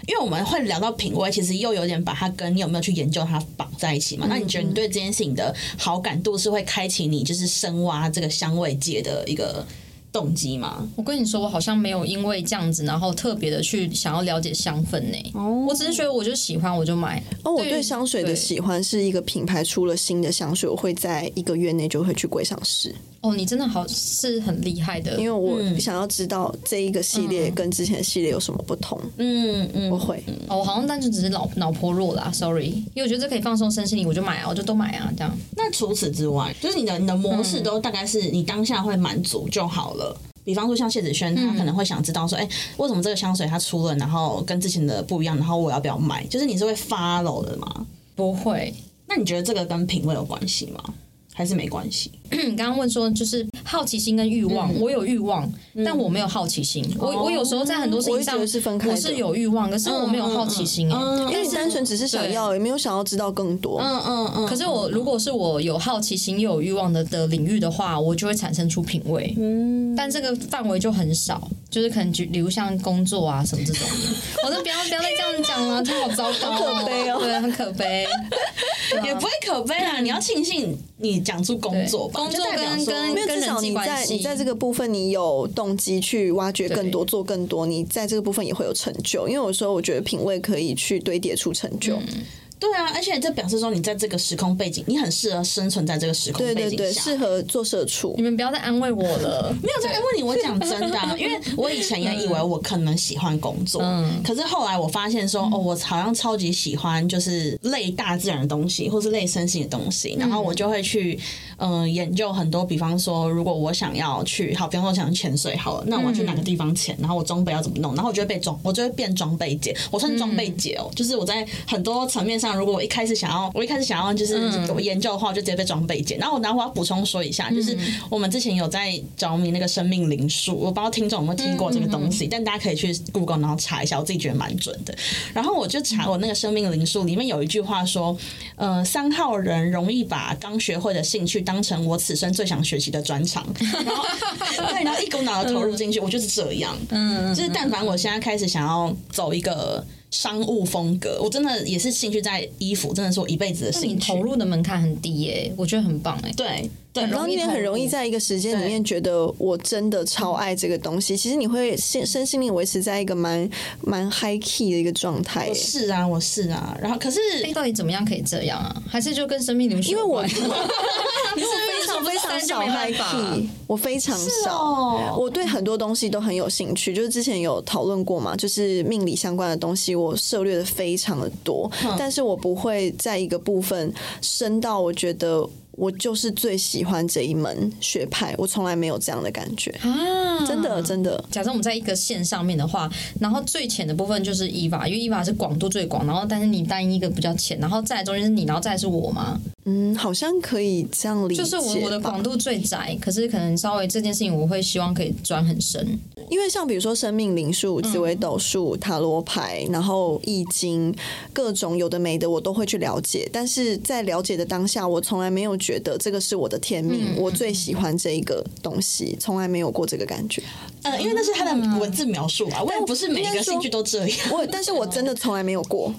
Speaker 1: 因为我们会聊到品味，其实又有点把它跟你有没有去研究它绑在一起嘛。那你觉得你对这件事情的好感度是会开启你就是深挖这个香味界的一个动机吗？
Speaker 2: 我跟你说，我好像没有因为这样子，然后特别的去想要了解香氛呢、我只是觉得我就喜欢，我就买。
Speaker 3: 哦，我
Speaker 2: 对
Speaker 3: 对香水的
Speaker 2: 对
Speaker 3: 喜欢是一个品牌出了新的香水，我会在一个月内就会去柜上试，
Speaker 2: 哦，你真的好是很厉害的，
Speaker 3: 因为
Speaker 2: 为
Speaker 3: 我想要知道这一个系列跟之前的系列有什么不同。
Speaker 1: 嗯
Speaker 3: 我
Speaker 1: 嗯，
Speaker 3: 会，
Speaker 2: 哦，我好像单纯只是脑脑波弱啦，sorry。因为我觉得这可以放松身心灵，我就买啊，我就都买啊，这样。
Speaker 1: 那除此之外，就是你的你的模
Speaker 2: 嗯
Speaker 1: 式都大概是你当下会满足就好了。比方说像谢子轩，
Speaker 2: 嗯
Speaker 1: 他可能会想知道说，哎、为什么这个香水它出了，然后跟之前的不一样，然后我要不要买？就是你是会 follow 的吗？
Speaker 2: 不会，
Speaker 1: 那你觉得这个跟品味有关系吗？还是没关系？
Speaker 2: 嗯你刚刚问说就是好奇心跟欲望，我有欲望，但我没有好奇心。我我有时候在很多事
Speaker 3: 我
Speaker 2: 情
Speaker 3: 会觉
Speaker 2: 上
Speaker 3: 得是分开的
Speaker 2: 我是有欲望，可是我没有好奇心哎、
Speaker 1: 嗯
Speaker 3: 因为你单纯只是想要，也没有想要知道更多。
Speaker 1: 嗯嗯嗯。
Speaker 2: 可是我如果是我有好奇心又有欲望的的领域的话，我就会产生出品味。但这个范围就很少，就是可能举例如像工作啊什么这种的。我说不要不要再这样讲了，真的好糟糕、
Speaker 3: 很可悲哦
Speaker 2: 对，很可悲。
Speaker 1: 也不会可悲啦，你要庆幸你讲出工作吧，
Speaker 2: 嗯对工作
Speaker 1: 就代表说
Speaker 2: 跟
Speaker 3: 没
Speaker 2: 跟
Speaker 3: 有，至少你在你在这个部分，你有动机去挖掘更多，做更多，你在这个部分也会有成就。因为有时候我觉得品味可以去堆叠出成就，
Speaker 1: 对啊，而且这表示说你在这个时空背景，你很适合生存在这个时空
Speaker 3: 对
Speaker 1: 背
Speaker 3: 对
Speaker 1: 景
Speaker 3: 对，
Speaker 1: 下。
Speaker 3: 适合做社畜
Speaker 2: 你。们不要再安慰我了。
Speaker 1: 没有在问你，我讲真的啊、因为我以前也以为我可能喜欢工作，
Speaker 2: 嗯
Speaker 1: 可是后来我发现说，哦，我好像超级喜欢就是类大自然的东西，或是类身心的东西，然后我就会去嗯、呃研究很多，比方说，如果我想要去，好，比方说我想潜水好了，那我要去哪
Speaker 2: 嗯
Speaker 1: 个地方潜，然后我装备要怎么弄，然后我就会被装，我就会变装备姐，我算装
Speaker 2: 嗯
Speaker 1: 备姐哦，就是我在很多层面上，如果我一开始想要，我一开始想要就是
Speaker 2: 嗯
Speaker 1: 研究的话，我就直接被装备姐。然后我然后我要补充说一下，就是我们之前有在着迷那个生命灵数，我不知道听众有没有听过这个东
Speaker 2: 嗯
Speaker 1: 西，但大家可以去 Google 然后查一下，我自己觉得蛮准的。然后我就查我那个生命灵数里面有一句话说，呃，三号人容易把刚学会的兴趣当成我此生最想学习的专 长，然后对，然后一股脑的投入进去，我就是这样。
Speaker 2: 嗯，
Speaker 1: 就是但凡我现在开始想要走一个商务风格，我真的也是兴趣在衣服，真的是我一辈子的
Speaker 2: 你
Speaker 1: 兴趣。
Speaker 2: 投入的门槛很低耶、我觉得很棒哎、
Speaker 1: 对对，然
Speaker 2: 很
Speaker 3: 然
Speaker 1: 后
Speaker 3: 后你也很容易在一个时间里面觉得我真的超爱这个东西，其实你会身身心灵维持在一个蛮蛮 high key 的一个状态
Speaker 1: 我
Speaker 3: 耶。
Speaker 1: 是啊，我是啊，然后可是
Speaker 2: 哎、到底怎么样可以这样啊？还是就跟生命灵数
Speaker 3: 因为
Speaker 2: 有
Speaker 3: 我
Speaker 2: 关？
Speaker 3: 因为我非常 非常少
Speaker 2: 就没办
Speaker 3: high
Speaker 2: 法
Speaker 3: key，我非常少。
Speaker 1: 哦，
Speaker 3: 我对很多东西都很有兴趣，就是之前有讨论过嘛，就是命理相关的东西，我涉猎的非常的多，但是我不会在一个部分深到我觉得我就是最喜欢这一门学派，我从来没有这样的感觉，
Speaker 2: 啊，
Speaker 3: 真的真的。
Speaker 2: 假设我们在一个线上面的话，然后最浅的部分就是 EVA，因为 EVA 是广度最广，然后但是你单一一个比较浅，然后再来中间是你，然后再来是我嘛，
Speaker 3: 嗯，好像可以这样理解
Speaker 2: 就
Speaker 3: 吧。
Speaker 2: 是我我的广度最窄，可是可能稍微这件事情我会希望可以钻很深，
Speaker 3: 因为像比如说生命灵数、紫微斗数、塔罗牌，然后易经，各种有的没的我都会去了解。但是在了解的当下，我从来没有觉得这个是我的天命，我最喜欢这一个东西，从来没有过这个感觉。
Speaker 1: 呃，因为那是他的文字描述啊，我也不是每一个兴趣都这样。
Speaker 3: 我，但是我真的从来没有过。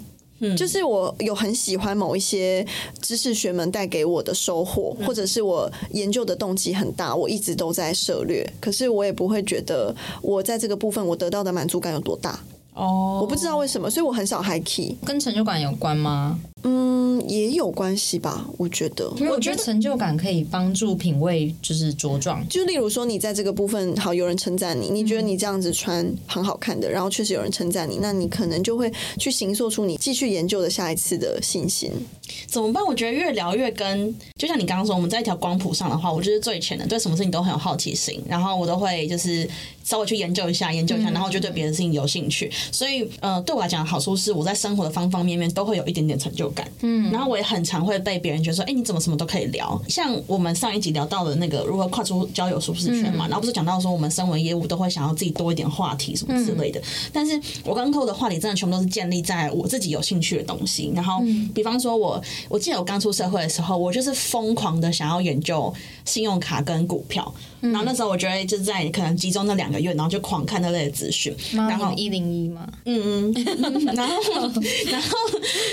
Speaker 3: 就是我有很喜欢某一些知识学门带给我的收获，或者是我研究的动机很大，我一直都在涉略。可是我也不会觉得我在这个部分我得到的满足感有多大，
Speaker 1: 哦，
Speaker 3: 我不知道为什么，所以我很少 high key。
Speaker 2: 跟成就感有关吗？
Speaker 3: 嗯，也有关系吧，我觉得。
Speaker 2: 因为我觉得成就感可以帮助品味就是茁壮。
Speaker 3: 就例如说，你在这个部分好，有人称赞你，你觉得你这样子穿很好看的，然后确实有人称赞你，那你可能就会去形塑出你继续研究的下一次的信心。
Speaker 1: 怎么办？我觉得越聊越跟，就像你刚刚说，我们在一条光谱上的话，我就是最浅的，对什么事情都很有好奇心，然后我都会就是稍微去研究一下，研究一下，然后就对别的事情有兴趣。所以，呃，对我来讲，好处是我在生活的方方面面都会有一点点成就感。嗯，然后我也很常会被别人觉得说，哎、你怎么什么都可以聊？像我们上一集聊到的那个如何跨出交友舒适圈嘛，然后不是讲到说我们身为业务都会想要自己多一点话题什么之类的。但是我跟扣的话题真的全部都是建立在我自己有兴趣的东西。然后，比方说我，我记得我刚出社会的时候，我就是疯狂的想要研究信用卡跟股票。然后那时候我觉得就是在可能集中那两个月，然后就狂看那类的资讯。然后
Speaker 2: 一零一嘛，
Speaker 1: 嗯，嗯，然后然后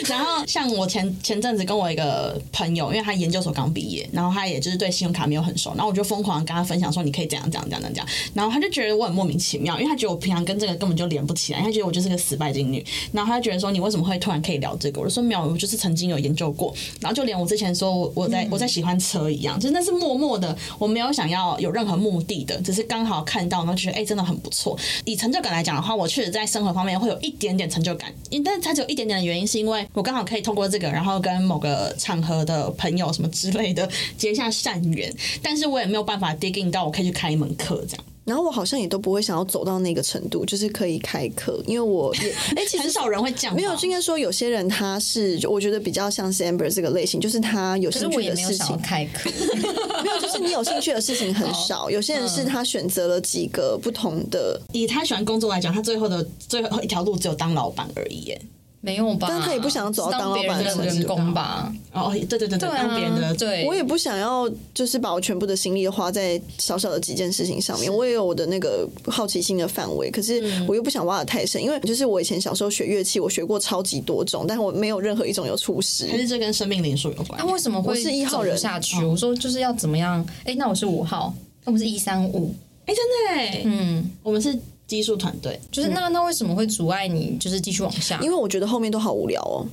Speaker 1: 然后像我前前阵子跟我一个朋友，因为他研究所刚毕业，然后他也就是对信用卡没有很熟，然后我就疯狂地跟他分享说你可以怎样怎样怎样怎样，然后他就觉得我很莫名其妙，因为他觉得我平常跟这个根本就连不起来，他觉得我就是个死拜金女，然后他就觉得说你为什么会突然可以聊这个？我就说没有，我就是曾经有研究过，然后就连我之前说我我
Speaker 3: 嗯
Speaker 1: 在我在喜欢车一样，就是那是默默的，我没有想要有任何目的的，只是刚好看到，然后就觉得哎、真的很不错。以成就感来讲的话，我确实在生活方面会有一点点成就感，因但是它只有一点点的原因，是因为我刚好可以通过这个，然后跟某个场合的朋友什么之类的结下善缘，但是我也没有办法 digging 到我可以去开一门课这样，
Speaker 3: 然后我好像也都不会想要走到那个程度，就是可以开课，因为我 也哎、其实
Speaker 1: 很少人会这样吧。
Speaker 3: 没有，就应该说有些人他是，我觉得比较像是 Amber 这个类型，就是他有
Speaker 2: 可是
Speaker 3: 兴
Speaker 2: 我
Speaker 3: 趣
Speaker 2: 也
Speaker 3: 的
Speaker 2: 没有
Speaker 3: 事
Speaker 2: 想要
Speaker 3: 情，
Speaker 2: 开课，
Speaker 3: 没有，就是你有兴趣的事情很少。有些人
Speaker 2: 嗯
Speaker 3: 是他选择了几个不同的，
Speaker 1: 以他喜欢工作来讲，他最后的最后一条路只有当老板而已耶。
Speaker 2: 没有吧？
Speaker 3: 但他也不想走到当
Speaker 2: 当
Speaker 3: 老
Speaker 2: 别
Speaker 3: 板
Speaker 2: 人
Speaker 3: 的
Speaker 2: 的
Speaker 3: 程
Speaker 2: 员
Speaker 3: 度
Speaker 2: 工吧？
Speaker 1: 哦，对对对对，
Speaker 2: 对
Speaker 1: 当别人
Speaker 2: 啊
Speaker 1: 的，
Speaker 2: 对，
Speaker 3: 我也不想要，就是把我全部的心力花在小小的几件事情上面。我也有我的那个好奇心的范围，可是我又不想挖的太深，因为就是我以前小时候学乐器，我学过超级多种，但我没有任何一种有出师。
Speaker 1: 还是这跟生命灵数有关
Speaker 2: 那、。
Speaker 3: 哦
Speaker 2: 为什么会
Speaker 3: 我是一号人嗯
Speaker 2: 走不下去？我说就是要怎么样？哎、那我是五号，那我是一三五，
Speaker 1: 哎，真的哎，
Speaker 2: 嗯，
Speaker 1: 我们是基数团队，
Speaker 3: 嗯
Speaker 2: 就是那那为什么会阻碍你就是继续往下？啊
Speaker 3: 因为我觉得后面都好无聊哦，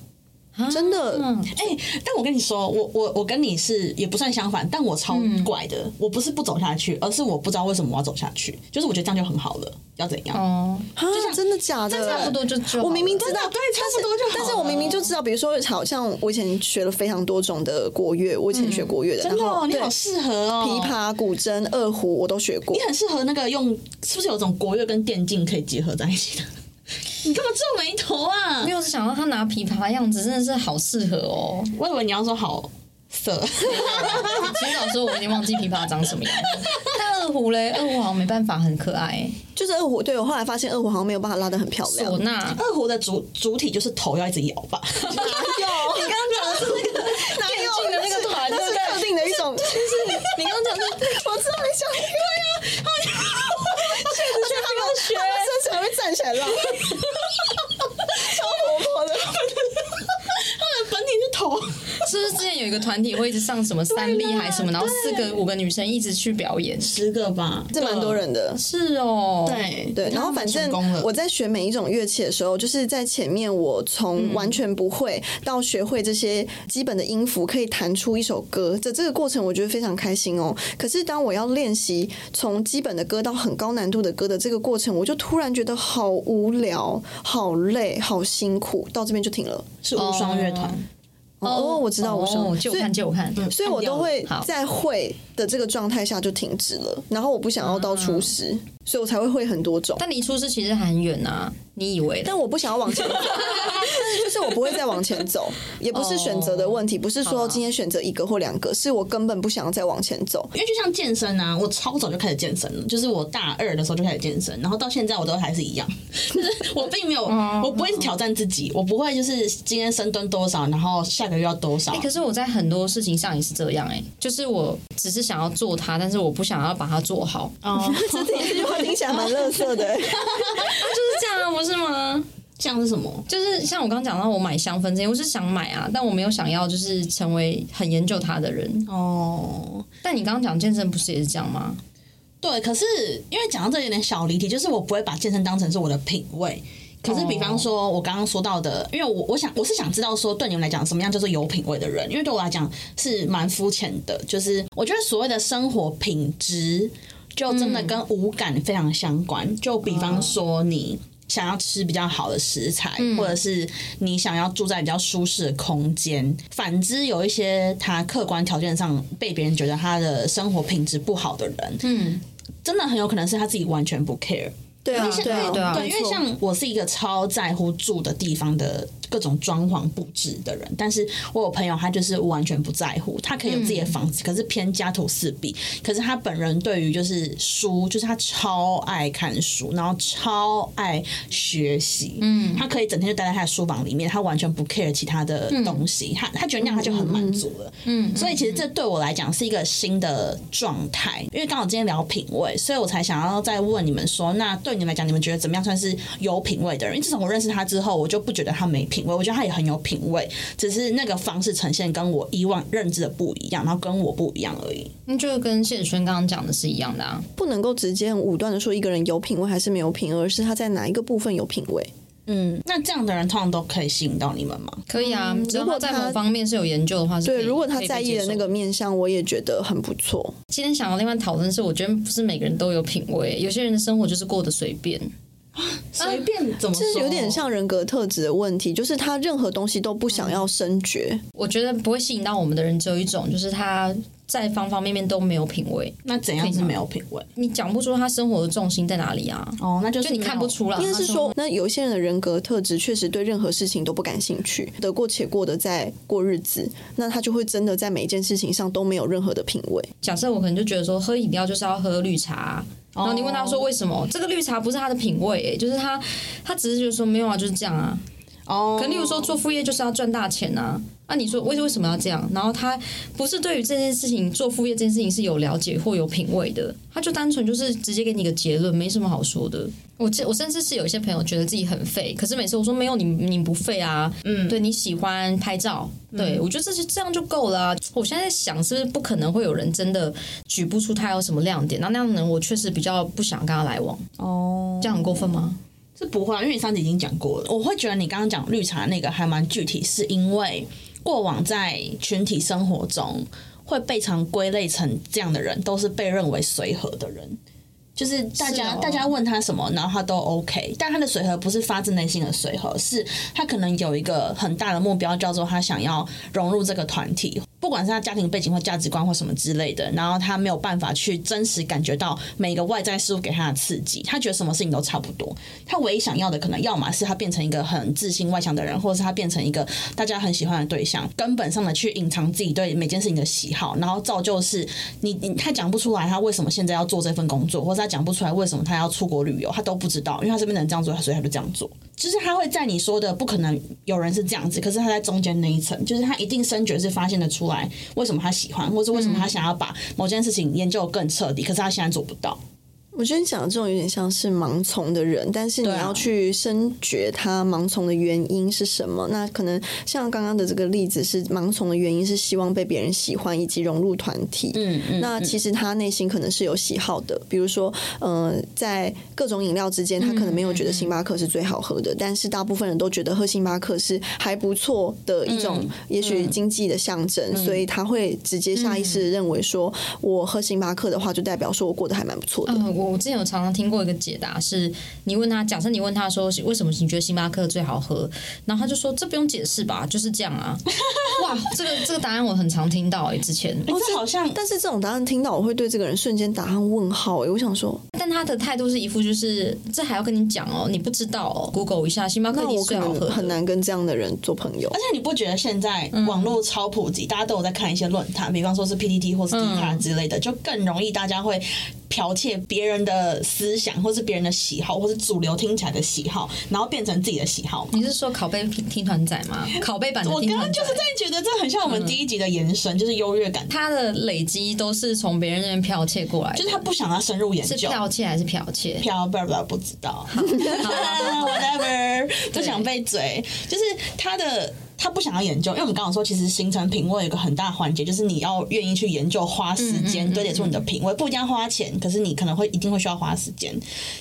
Speaker 3: 真的
Speaker 1: 哎、但我跟你说，我我我跟你是也不算相反，但我超
Speaker 3: 嗯
Speaker 1: 怪的，我不是不走下去，而是我不知道为什么我要走下去，就是我觉得这样就很好了，要怎样？
Speaker 2: 哦，
Speaker 3: 啊，真的假的？
Speaker 2: 差不多就就好
Speaker 3: 我明明
Speaker 2: 了
Speaker 3: 知道，
Speaker 1: 真的对差不多就好
Speaker 3: 但是我明明就知道，比如说，好像我以前学了非常多种的国乐，我以前学国乐的，
Speaker 1: 真的、
Speaker 3: 然后
Speaker 1: 哦，你
Speaker 3: 对
Speaker 1: 好适合哦，
Speaker 3: 琵琶、古筝、二胡我都学过
Speaker 1: 你。很适合那个用，是不是有种国乐跟电竞可以结合在一起的？ 你干嘛皱眉头啊
Speaker 2: 没？有是想到他拿琵琶的样子，真的是好适合 哦。
Speaker 1: 我以为你要说好色，
Speaker 2: 其实老师我已经忘记琵琶长什么样子，但二胡嘞，二胡好像没办法，很可爱。
Speaker 3: 就是二胡，对我后来发现二胡好像没有办法拉的很漂亮
Speaker 2: 唢。呐，
Speaker 1: 二胡的主主体就是头要一直摇吧，
Speaker 3: 有？你刚刚讲的是那个 哪
Speaker 2: 电竞的那个团
Speaker 3: 那
Speaker 2: 对
Speaker 3: 是
Speaker 2: 不对
Speaker 3: 特定的一种，就是
Speaker 2: 你刚刚讲的
Speaker 3: 我知道你想对呀，
Speaker 1: 学
Speaker 3: 他们身体还会站起来拉， 超活泼的。
Speaker 1: 它的本体是头。
Speaker 2: 是不是之前有一个团体会一直上什么
Speaker 3: 啊
Speaker 2: 三 B 还是什么，然后四个五个女生一直去表演？
Speaker 1: 十个吧，
Speaker 3: 这蛮多
Speaker 1: 啊
Speaker 3: 人的，
Speaker 2: 是哦，，
Speaker 1: 对
Speaker 3: 对，然后反正我在学每一种乐器的时候，就是在前面我从完全不会到学会这些基本的音符，可以弹出一首歌，这这个过程我觉得非常开心哦。可是当我要练习从基本的歌到很高难度的歌的这个过程，我就突然觉得好无聊、好累、好辛苦，到这边就停了。
Speaker 1: 是无双乐团，
Speaker 3: 哦，我知道，我知道，
Speaker 2: 就
Speaker 3: 所以嗯
Speaker 2: 看就看，
Speaker 3: 所以我都会
Speaker 2: 哎好
Speaker 3: 在会的这个状态下就停止了，然后我不想要到出师，所以我才会会很多种。
Speaker 2: 嗯但离出师其实还很远啊，你以为？
Speaker 3: 但我不想要 往前走，但是就是我不会再往前走，也不是选择
Speaker 2: 哦
Speaker 3: 的问题，不是说今天选择一个或两个，是我根本不想要再往前走。
Speaker 1: 因为就像健身啊，我超早就开始健身了，就是我大二的时候就开始健身，然后到现在我都还是一样， 就是我并没有，我不会挑战自己，我不会就是今天深蹲多少，然后下个月要多少
Speaker 2: 哎、，可是我在很多事情上也是这样哎、就是我只是想要做它，但是我不想要把它做好，
Speaker 1: 哦，
Speaker 3: 这这句话听起来蛮乐色的、欸，
Speaker 2: 就 是这样啊，不是吗？
Speaker 1: 这样是什么？
Speaker 2: 就是像我刚刚讲到，我买香氛这些，我是想买啊，但我没有想要就是成为很研究它的人。
Speaker 1: 哦，
Speaker 2: 但你刚刚讲健身不是也是这样吗？
Speaker 1: 对，可是因为讲到这有点小离题，就是我不会把健身当成是我的品味。可是，比方说，我刚刚说到的，因为我我想我是想知道说，对你们来讲，什么样叫做有品味的人？因为对我来讲是蛮肤浅的，就是我觉得所谓的生活品质，就真的跟五感非常相关。就比方说，你想要吃比较好的食材，或者是你想要住在比较舒适的空间。反之，有一些他客观条件上被别人觉得他的生活品质不好的人，
Speaker 2: 嗯，
Speaker 1: 真的很有可能是他自己完全不 care。
Speaker 3: 对啊，对啊，
Speaker 2: 对啊
Speaker 1: 对，因为像我是一个超在乎住的地方的各种装潢布置的人，但是我有朋友他就是完全不在乎，他可以有自己的房子，可是偏家徒四壁。可是他本人对于就是书，就是他超爱看书，然后超爱学习，嗯，他可以整天就待在他的书房里面，他完全不 care 其他的东西，他他觉得那样他就很满足了，嗯，所以其实这对我来讲是一个新的状态，因为刚好今天聊品味，所以我才想要再问你们说，那对你们来讲，你们觉得怎么样算是有品味的人？因为自从我认识他之后，我就不觉得他没品味，我觉得他也很有品味，只是那个方式呈现跟我以往认知的不一样，然后跟我不一样而已。
Speaker 2: 那就跟谢子轩刚刚讲的是一样的啊。
Speaker 3: 不能够直接很武断的说一个人有品味还是没有品味，而是他在哪一个部分有品味。
Speaker 1: 嗯，那这样的人通常都可以吸引到你们吗？
Speaker 2: 可以啊，只要
Speaker 3: 如
Speaker 2: 他
Speaker 3: 果
Speaker 2: 在
Speaker 3: 嗯他
Speaker 2: 某方面是有研究的话是可以，
Speaker 3: 对，如果他
Speaker 2: 可以被
Speaker 3: 在意
Speaker 2: 接
Speaker 3: 的那
Speaker 2: 受
Speaker 3: 个面相，我也觉得很不错。
Speaker 2: 今天想要另外讨论是，我觉得不是每个人都有品味，有些人的生活就是过得随便。啊
Speaker 1: 随便怎么
Speaker 3: 就是
Speaker 1: 说，
Speaker 3: 有点像人格特质的问题，就是他任何东西都不想要深觉。
Speaker 2: 我觉得不会吸引到我们的人只有一种，就是他在方方面面都没有品味，
Speaker 1: 那怎样是没有品味？
Speaker 2: 你讲不出他生活的重心在哪里啊，
Speaker 1: 哦，那就是
Speaker 2: 就你
Speaker 1: 没有
Speaker 2: 看不。出来。
Speaker 3: 应该是
Speaker 2: 啊他
Speaker 3: 说，那有一些人的人格特质确实对任何事情都不感兴趣，得过且过的在过日子，那他就会真的在每一件事情上都没有任何的品味。
Speaker 2: 假设我可能就觉得说，喝饮料就是要喝绿茶啊、然后你问他说为什么？这个绿茶不是他的品味、欸，就是他，他只是觉得说没有啊，就是这样啊。
Speaker 1: 哦，
Speaker 2: 可例如说做副业就是要赚大钱啊，那、你说为为什么要这样？然后他不是对于这件事情做副业这件事情是有了解或有品味的，他就单纯就是直接给你个结论，没什么好说的。我这我甚至是有一些朋友觉得自己很废，可是每次我说没有你你不废啊，嗯，对你喜欢拍照，对我觉得这是这样就够了啊、我现在在想，是不是不可能会有人真的举不出他有什么亮点？那那样的人，我确实比较不想跟他来往。哦，这样很过分吗？
Speaker 1: 是不会、啊，因为你上次已经讲过了。我会觉得你刚刚讲绿茶那个还蛮具体，是因为过往在群体生活中会被常归类成这样的人，都是被认为随和的人。就是大家、
Speaker 2: 是哦
Speaker 1: 大家问他什么，然后他都 OK，但他的随和不是发自内心的随和，是他可能有一个很大的目标，叫做他想要融入这个团体，不管是他家庭背景或价值观或什么之类的，然后他没有办法去真实感觉到每个外在事物给他的刺激，他觉得什么事情都差不多，他唯一想要的可能要么是他变成一个很自信外向的人，或者是他变成一个大家很 喜欢的对象，根本上的去隐藏自己对每件事情的喜好，然后造就是你你他讲不出来他为什么现在要做这份工作，或者他讲不出来为什么他要出国旅游，他都不知道，因为他身边的人这样做，所以他就这样做。就是他会在你说的不可能有人是这样子，可是他在中间那一层，就是他一定深觉是发现得出来为什么他喜欢，或是为什么他想要把某件事情研究得更彻底，可是他现在做不到。
Speaker 3: 我觉得你讲的这种有点像是盲从的人，但是你
Speaker 1: 啊
Speaker 3: 要去深觉他盲从的原因是什么。那可能像刚刚的这个例子是盲从的原因是希望被别人喜欢以及融入团体。
Speaker 1: 嗯嗯
Speaker 3: 那其实他内心可能是有喜好的，比如说，呃，在各种饮料之间，他可能
Speaker 1: 嗯
Speaker 3: 没有觉得星巴克是最好喝的，但是大部分人都觉得喝星巴克是还不错的一种
Speaker 1: 嗯，嗯
Speaker 3: 也许经济的象征，所以他会直接下意识地认为说，我喝星巴克的话，就代表说我过得还蛮不错的。
Speaker 2: 嗯，我我之前有常常听过一个解答是，你问他，假设你问他说是为什么你觉得星巴克最好喝，然后他就说这不用解释吧，就是这样啊。 哇，这个这个答案我很常听到诶、之前。
Speaker 1: 诶哎这好像
Speaker 3: 但是这种答案听到，我会对这个人瞬间打上问号、欸。我想说，
Speaker 2: 但他的态度是一副就是这还要跟你讲哦，你不知道哦，Google 一下星巴克
Speaker 3: 那
Speaker 2: 一定
Speaker 3: 我
Speaker 2: 是
Speaker 3: 可
Speaker 2: 最好喝
Speaker 3: 能
Speaker 2: 的
Speaker 3: 很。难跟这样的人做朋友
Speaker 1: 而。且你不觉得现在
Speaker 2: 嗯
Speaker 1: 网络超普及，大家都有在看一些论坛，比方说是 PTT
Speaker 2: 嗯
Speaker 1: 或是 D 卡之类的，就更容易大家会剽窃别人的思想，或是别人的喜好，或是主流听起来的喜好，然后变成自己的喜好嘛。
Speaker 2: 你是说拷贝听团仔吗？拷贝版的
Speaker 1: 我
Speaker 2: 听嗯
Speaker 1: 刚刚
Speaker 2: 团仔
Speaker 1: 就是。在觉得这很像我们第一集的延伸，就是优越感，
Speaker 2: 他的累积都是从别人那边剽窃过来的，
Speaker 1: 就是他不想要深入研
Speaker 2: 是
Speaker 1: 究。
Speaker 2: 剽窃还是剽窃？
Speaker 1: 飘不不不知道
Speaker 2: 好
Speaker 1: ，whatever，不想被嘴，就是他的。他不想要研究，因为我们刚刚说，其实形成品味有个很大环节，就是你要愿意去研究，花时
Speaker 2: 嗯
Speaker 1: 间堆叠出你的品味，不一定要花钱，可是你可能会一定会需要花时间。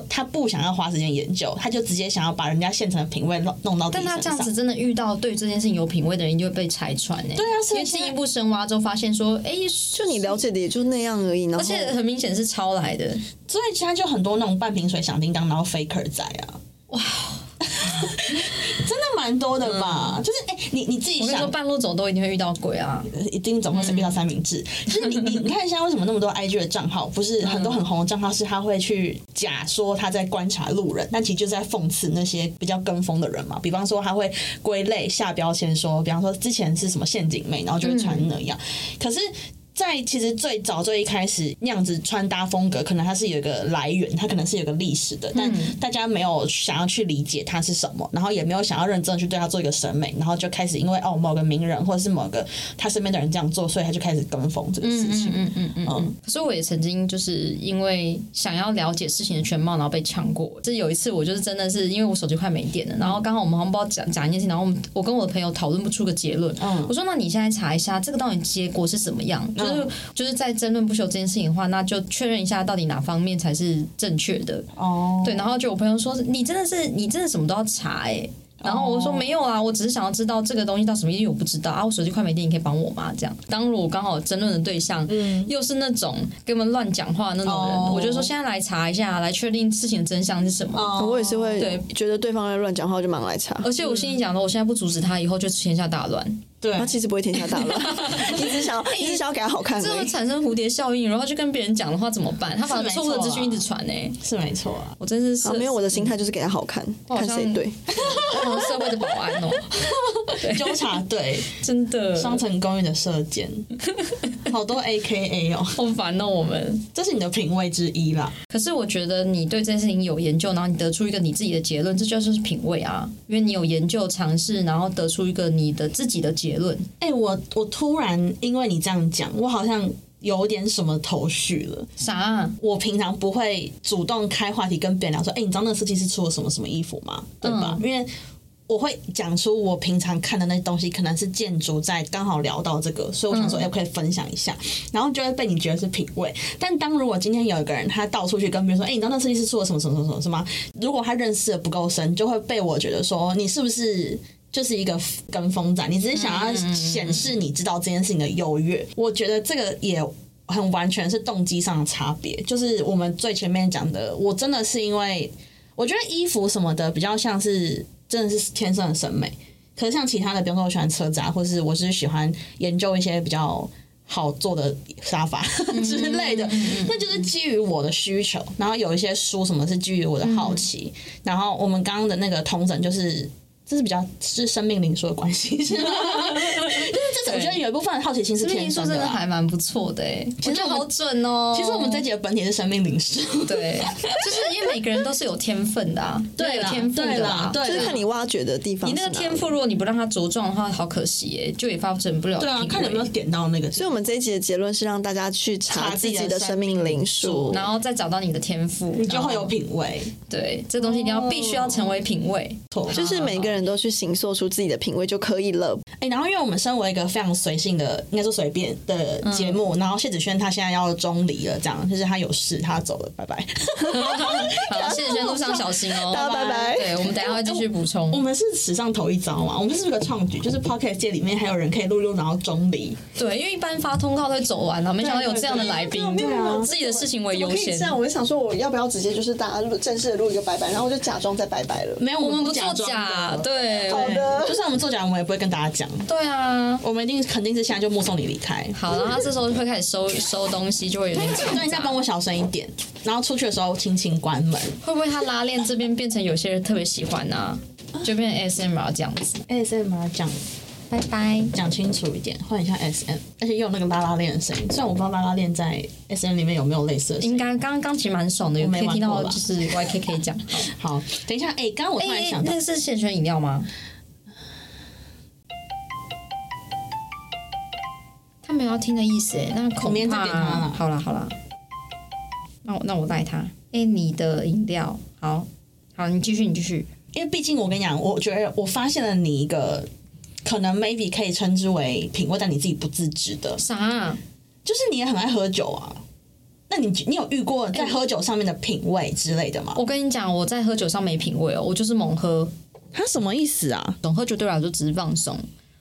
Speaker 1: 他不想要花时间研究，他就直接想要把人家现成的品味弄弄到自
Speaker 2: 但
Speaker 1: 己
Speaker 2: 他
Speaker 1: 身
Speaker 2: 这样
Speaker 1: 上
Speaker 2: 子。真的遇到对这件事情有品味的人，就会被拆穿哎、
Speaker 1: 对啊所以
Speaker 2: 因为
Speaker 1: 现在
Speaker 2: 进一步深挖之后，发现说，哎、就
Speaker 3: 就你了，解的也就那样而已，然
Speaker 2: 而
Speaker 3: 后
Speaker 2: 且很明显是抄来的。
Speaker 1: 所以现在就很多那种半瓶水响叮当，然后 faker 仔啊，哇， 真的蛮多的吧？就是哎、你你自己
Speaker 2: 嗯我跟你
Speaker 1: 想
Speaker 2: 说，，半路走都一定会遇到鬼啊！
Speaker 1: 一定总会是遇到三明治。就是你你你看现在为什么那么多 IG 的账号，不是很多很红的账号是他会去假说他在观察路人，但其实就在讽刺那些比较跟风的人嘛。比方说他会归类下标签说，比方说之前是什么陷阱妹，然后就会穿那样。可是。在其实最早最一开始那样子穿搭风格，可能它是有一个来源，它可能是有个历史的，但大家没有想要去理解它是什么，然后也没有想要认真地去对它做一个审美，然后就开始因为哦某个名人或者是某个他身边的人这样做，所以他就开始跟风这个事情。
Speaker 2: 嗯嗯嗯
Speaker 1: 嗯
Speaker 2: 可是我也曾经就是因为想要了解事情的全貌，然后被呛过。这有一次我就是真的是因为我手机快没电了，然后刚好我们红包讲讲一件事情，然后我们我跟我的朋友讨论不出个结论。
Speaker 1: 嗯
Speaker 2: 我说那你现在查一下这个到底结果是怎么样，
Speaker 1: 嗯
Speaker 2: 就是、就是在争论不休这件事情的话，那就确认一下到底哪方面才是正确的。
Speaker 3: 嗯
Speaker 1: 哦，
Speaker 2: 对，然后就我朋友说你真的是你真的什么都要查哎、然后我说
Speaker 1: 哦
Speaker 2: 没有啊，我只是想要知道这个东西到什么，因为我不知道啊，我手机快没电，你可以帮我吗？这样，当如我刚好争论的对象，又是那种跟我们乱讲话的那种人，
Speaker 1: 嗯哦
Speaker 2: 我就说现在来查一下，来确定事情的真相是什么。
Speaker 3: 我也是会
Speaker 2: 对
Speaker 3: 觉得对方在乱讲话，我就忙 来查。
Speaker 2: 而且我心里想说，我现在不阻止他，以后就天下大乱，
Speaker 1: 对，
Speaker 3: 他其实不会天下大乱， 你只想要你只想要给他好看
Speaker 2: 哎这
Speaker 3: 而
Speaker 2: 会
Speaker 3: 已。
Speaker 2: 产生蝴蝶效应，然后就跟别人讲的话怎么办？他把
Speaker 1: 是没
Speaker 2: 错误的
Speaker 1: 错
Speaker 2: 资讯一直
Speaker 1: 啊
Speaker 2: 传哎、
Speaker 1: 是没错啊。
Speaker 2: 我真是社
Speaker 3: 啊，没有，我的心态就是给他好看，
Speaker 2: 好
Speaker 3: 看
Speaker 2: 像
Speaker 3: 谁对。
Speaker 2: 我社 会的保安哦、
Speaker 1: 纠察队、
Speaker 2: 真的
Speaker 1: 双层公寓的射 箭，好多 A K A 哦，
Speaker 2: 好烦哦、我们。
Speaker 1: 这是你的品味之一啦。
Speaker 2: 可是我觉得你对这件事情有研究，然后你得出一个你自己的结论，这就是品味啊，因为你有研究尝试，然后得出一个你的自己的结论。
Speaker 1: 哎、我我突然因为你这样讲，我好像有点什么头绪了。
Speaker 2: 啥、
Speaker 1: 我平常不会主动开话题跟别人聊说，哎、你知道那个设计师出了什么什么衣服吗？对吧？因为我会讲出我平常看的那些东西，可能是建筑在刚好聊到这个，所以我想说，哎、我可以分享一下，然后就会被你觉得是品味。但当如果今天有一个人他到处去跟别人说，哎、你知道那设计师做了什么什么什么什么什么吗？如果他认识的不够深，就会被我觉得说你是不是就是一个跟风仔，你只是想要显示你知道这件事情的优越。我觉得这个也。很完全是动机上的差别，就是我们最前面讲的，我真的是因为我觉得衣服什么的比较像是真的是天生的审美，可是像其他的，比方说我喜欢车子啊，或是我只是喜欢研究一些比较好坐的沙发 之类
Speaker 2: 嗯
Speaker 1: 的，那就是基于我的需求。然后有一些书什么是基于我的好奇，然后我们刚刚的那个同诊就是。这是比较是生命灵数的关系， 是吗？就是这，我觉得有一部分的好奇心是
Speaker 2: 命
Speaker 1: 天
Speaker 2: 灵数
Speaker 1: 生
Speaker 2: 真
Speaker 1: 的啊
Speaker 2: 的
Speaker 1: 啦。
Speaker 2: 还蛮不错的哎、我觉
Speaker 1: 实
Speaker 2: 得
Speaker 1: 我们
Speaker 2: 好准哦。
Speaker 1: 其实我们这集的本体是生命灵数，
Speaker 2: 对，就是因为每个人都是有天分的啊，
Speaker 1: 对
Speaker 2: 有
Speaker 1: 啦
Speaker 2: 天赋
Speaker 1: 对
Speaker 2: 的啊
Speaker 1: 啦，对
Speaker 3: 就是
Speaker 1: 啦
Speaker 3: 看你挖掘的地方
Speaker 2: 你
Speaker 3: 是
Speaker 2: 那
Speaker 3: 哪
Speaker 2: 个
Speaker 3: 里。
Speaker 2: 天赋，如果你不让它茁壮的话，好可惜耶，就也发展不了
Speaker 1: 对啊，
Speaker 2: 品
Speaker 1: 看有没有
Speaker 2: 味
Speaker 1: 点到那个。
Speaker 3: 所以，我们这一集的结论是让大家去查
Speaker 1: 查
Speaker 3: 自
Speaker 1: 自己
Speaker 3: 己
Speaker 1: 的
Speaker 3: 的生命灵数，
Speaker 2: 然后再找到你的天赋，
Speaker 1: 你就会
Speaker 2: 然
Speaker 1: 有
Speaker 2: 后
Speaker 1: 品味。
Speaker 2: 对这东西一定要必须要成为品味。
Speaker 1: 哦错
Speaker 3: 就是每个人都去形塑出自己的品味就可以了。
Speaker 1: 哎、然后因为我们身为一个非常随性的，应该说随便的节目，然后谢子轩他现在要中离了，这样就是他有事，他走了，拜拜。
Speaker 2: 好，谢谢轩，路上小心哦，
Speaker 3: 大家拜拜
Speaker 2: 对，我们等一下会继续补充
Speaker 1: 我。们是史上头一遭嘛，我们是不是个创举？就是 podcast 界里面还有人可以录录，然后中离，
Speaker 2: 对，因为一般发通告都会走完了，没想到有这样的来宾，
Speaker 1: 对对对啊
Speaker 2: 自己的事情为优
Speaker 3: 可以
Speaker 2: 先
Speaker 3: 这。样，我就想说，我要不要直接就是大家录正式的录一个拜拜，然后我就假装再拜拜了。
Speaker 1: 没有，我
Speaker 2: 我们不
Speaker 1: 假
Speaker 2: 做
Speaker 1: 装
Speaker 2: 假，
Speaker 1: 的。
Speaker 2: 对，
Speaker 3: 好的
Speaker 1: 就算我们作假，我们也不会跟大家讲。
Speaker 2: 对啊。
Speaker 1: 我们一定肯定是现在就目送你离开。
Speaker 2: 好，然后他这时候会开始收收东西，就会有点吵
Speaker 1: 那你再
Speaker 2: 杂。
Speaker 1: 帮我小声一点，然后出去的时候轻轻关门。
Speaker 2: 会不会他拉链这边变成有些人特别喜欢呢、啊？就变成 ASMR 这样子。
Speaker 1: ASMR 讲
Speaker 2: 拜拜。
Speaker 1: 讲清楚一点，换一下 S M，而且用那个拉拉链的声音。虽然我不知道拉拉链在 S M 里面有没有类似的声
Speaker 2: 应
Speaker 1: 音。
Speaker 2: 该刚刚刚其实蛮爽的，有
Speaker 1: 我
Speaker 2: 可
Speaker 1: 没
Speaker 2: 以
Speaker 1: 玩
Speaker 2: 听
Speaker 1: 过
Speaker 2: 到
Speaker 1: 吧
Speaker 2: 就是 YKK 讲。
Speaker 1: 好，等一下，哎、刚刚我突然
Speaker 2: 哎、
Speaker 1: 想到
Speaker 2: 那，个是现圈饮料吗？他没有要听的意思哎，那
Speaker 1: 我
Speaker 2: 恐
Speaker 1: 明天
Speaker 2: 怕啊
Speaker 1: 再给他啦
Speaker 2: 好啦好啦，那我那我带他。哎、你的饮料好好，你继续你继续。
Speaker 1: 因为毕竟我跟你讲，我觉得我发现了你一个可能 maybe 可以称之为品味，但你自己不自知的，
Speaker 2: 啥、啊
Speaker 1: 就是你也很爱喝酒啊。那你你有遇过在喝酒上面的品味之类的吗？
Speaker 2: 我跟你讲，我在喝酒上没品味哦，我就是猛喝，
Speaker 1: 他、什么意思啊？
Speaker 2: 懂喝酒对我来说只是放松。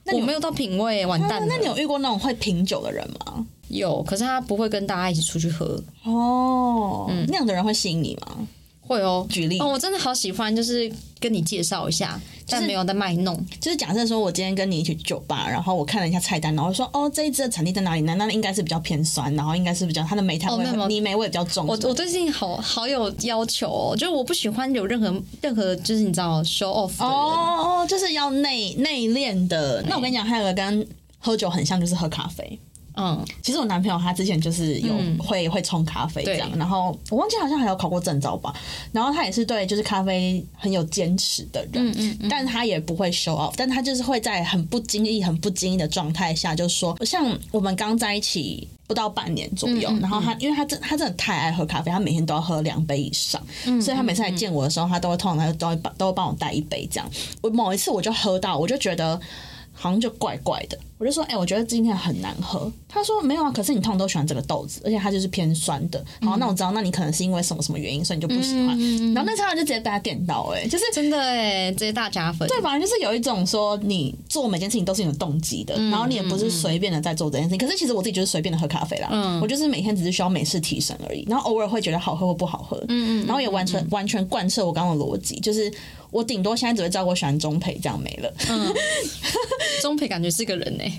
Speaker 2: 我
Speaker 1: 你有
Speaker 2: 没有啊到品味耶，完蛋了。
Speaker 1: 那你有遇过那种会品酒的人吗？
Speaker 2: 有，可是他不会跟大家一起出去喝。
Speaker 1: 哦，那样的人会吸引你吗？
Speaker 2: 会哦，
Speaker 1: 举例
Speaker 2: 哦，我真的好喜欢，就是跟你介绍一下，但没有在卖弄。
Speaker 1: 就是假设说，我今天跟你一起去酒吧，然后我看了一下菜单，然后说，哦，这一支的产地在哪里呢？那应该是比较偏酸，然后应该是比较它的梅炭
Speaker 2: 哦
Speaker 1: 味
Speaker 2: 没有没有
Speaker 1: 很、泥、梅味比较重。
Speaker 2: 我我最近好好有要求哦，就是我不喜欢有任何任何，就是你知道 show off 的人。
Speaker 1: 哦哦，就是要内内敛的。那我跟你讲，还有个跟喝酒很像，就是喝咖啡。
Speaker 2: 嗯，
Speaker 1: 其实我男朋友他之前就是有会、会冲咖啡这样，
Speaker 2: 对
Speaker 1: 然后我忘记好像还有考过证照吧。然后他也是对就是咖啡很有坚持的人，但他也不会 show off，但他就是会在很不经意、很不经意的状态下就说，像我们刚在一起。不到半年左右，然后他因为他真他真的太爱喝咖啡，他每天都要喝两杯以上，所以他每次来见我的时候，他都会通常他都会帮都会帮我带一杯这样。我某一次我就喝到，我就觉得好像就怪怪的。我就说，哎、我觉得今天很难喝。他说没有啊，可是你通常都喜欢这个豆子，而且它就是偏酸的。好，那我知道，那你可能是因为什么什么原因，所以你就不喜欢。然后那次我就直接被他电到、哎，就是
Speaker 2: 真的哎，这些大加分。
Speaker 1: 对，反正就是有一种说你做每件事情都是有动机的，然后你也不是随便的在做这件事情。可是其实我自己就是随便的喝咖啡啦，我就是每天只是需要美式提神而已，然后偶尔会觉得好喝或不好喝，然后也完全完全贯彻我刚刚的逻辑，就是我顶多现在只会知道我喜欢中培，这样没了，
Speaker 2: 中培感觉是个人哎，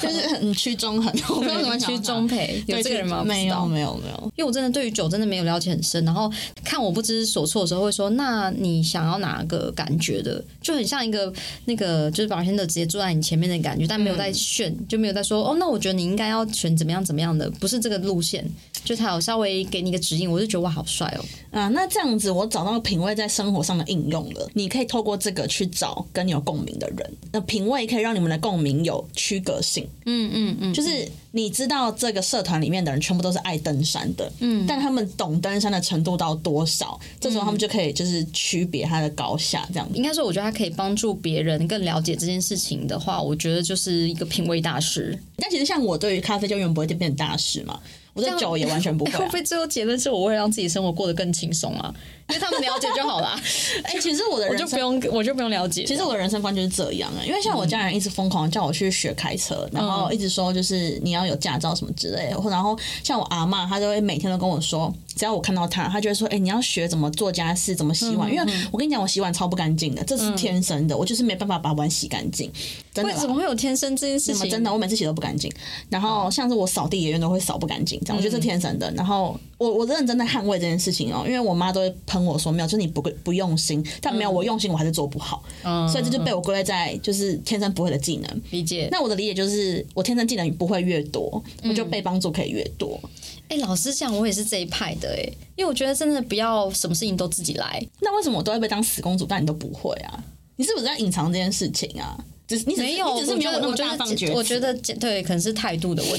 Speaker 1: 就是很屈中很，我不知道怎么讲
Speaker 2: 去
Speaker 1: 它
Speaker 2: 中培有
Speaker 1: 对
Speaker 2: 这个人吗？
Speaker 1: 没
Speaker 2: 不知道
Speaker 1: 有没有没有，
Speaker 2: 因为我真的对于酒真的没有了解很深，然后看我不知所措的时候，会说：“那你想要哪个感觉的？”就很像一个那个就是保鲜的直接坐在你前面的
Speaker 1: 嗯
Speaker 2: 感觉，但没有在炫，就没有在说：“哦，那我觉得你应该要选怎么样怎么样的，不是这个路线。”就他有稍微给你一个指引，我就觉得哇，好帅哦。
Speaker 1: 啊，那这样子我找到品味在生活上的应用了。你可以透过这个去找跟你有共鸣的人。那品味可以让你们的共鸣有区隔性，
Speaker 2: 嗯嗯嗯，
Speaker 1: 就是你知道这个社团里面的人全部都是爱登山的，嗯，但他们懂登山的程度到多少，这时候他们就可以就是区别它的高下这样子。
Speaker 2: 应该说，我觉得他可以帮助别人更了解这件事情的话，我觉得就是一个品味大师。
Speaker 1: 但其实像我对于咖啡就永远不会变大师嘛，我对
Speaker 2: 这样
Speaker 1: 酒也完全不会、
Speaker 2: 会
Speaker 1: 啊
Speaker 2: 不。会最后结论是我会让自己生活过得更轻松 啊？因为他们了解就好啦，
Speaker 1: 哎、其实我的
Speaker 2: 我
Speaker 1: 人
Speaker 2: 就
Speaker 1: 生
Speaker 2: 不用我就不用了解。
Speaker 1: 其实我的人生观就是这样啊、因为像我家人一直疯狂地叫我去学开车，
Speaker 2: 嗯
Speaker 1: 然后一直说就是你要有驾照什么之类的。然后像我阿嬷，她就会每天都跟我说，只要我看到她，她就会说：“哎、你要学怎么做家事，怎么洗
Speaker 2: 嗯
Speaker 1: 碗。因为我跟你讲，我洗碗超不干净的，这是天生的，我就是没办法把碗洗干净，真的
Speaker 2: 为
Speaker 1: 啦。
Speaker 2: 什么会有天生这哦件事
Speaker 1: 什么
Speaker 2: 情？
Speaker 1: 真的，我每次洗都不干净。然后像是我扫地也永远都会扫不干净，这样
Speaker 2: 嗯
Speaker 1: 我觉得是天生的。然后我我认真的捍卫这件事情哦，因为我妈都会喷我说没有，就是你不够不用心，但
Speaker 2: 嗯
Speaker 1: 没有我用心我还是做不好，所以这就被我归类在就是天生不会的技能。
Speaker 2: 哦嗯理解。
Speaker 1: 那我的理解就是，我天生技能不会越多，我
Speaker 2: 嗯
Speaker 1: 就被帮助可以越多。
Speaker 2: 哎、老实讲，我也是这一派的哎、因为我觉得真的不要什么事情都自己来。
Speaker 1: 那为什么我都会被当死公主，但你都不会啊？你是不是在隐藏这件事情啊？只是你只是
Speaker 2: 没有，
Speaker 1: 你只是没有那
Speaker 2: 我
Speaker 1: 么
Speaker 2: 觉
Speaker 1: 大
Speaker 2: 得
Speaker 1: 放厥词，
Speaker 2: 我觉得对，可能是态度的 问题。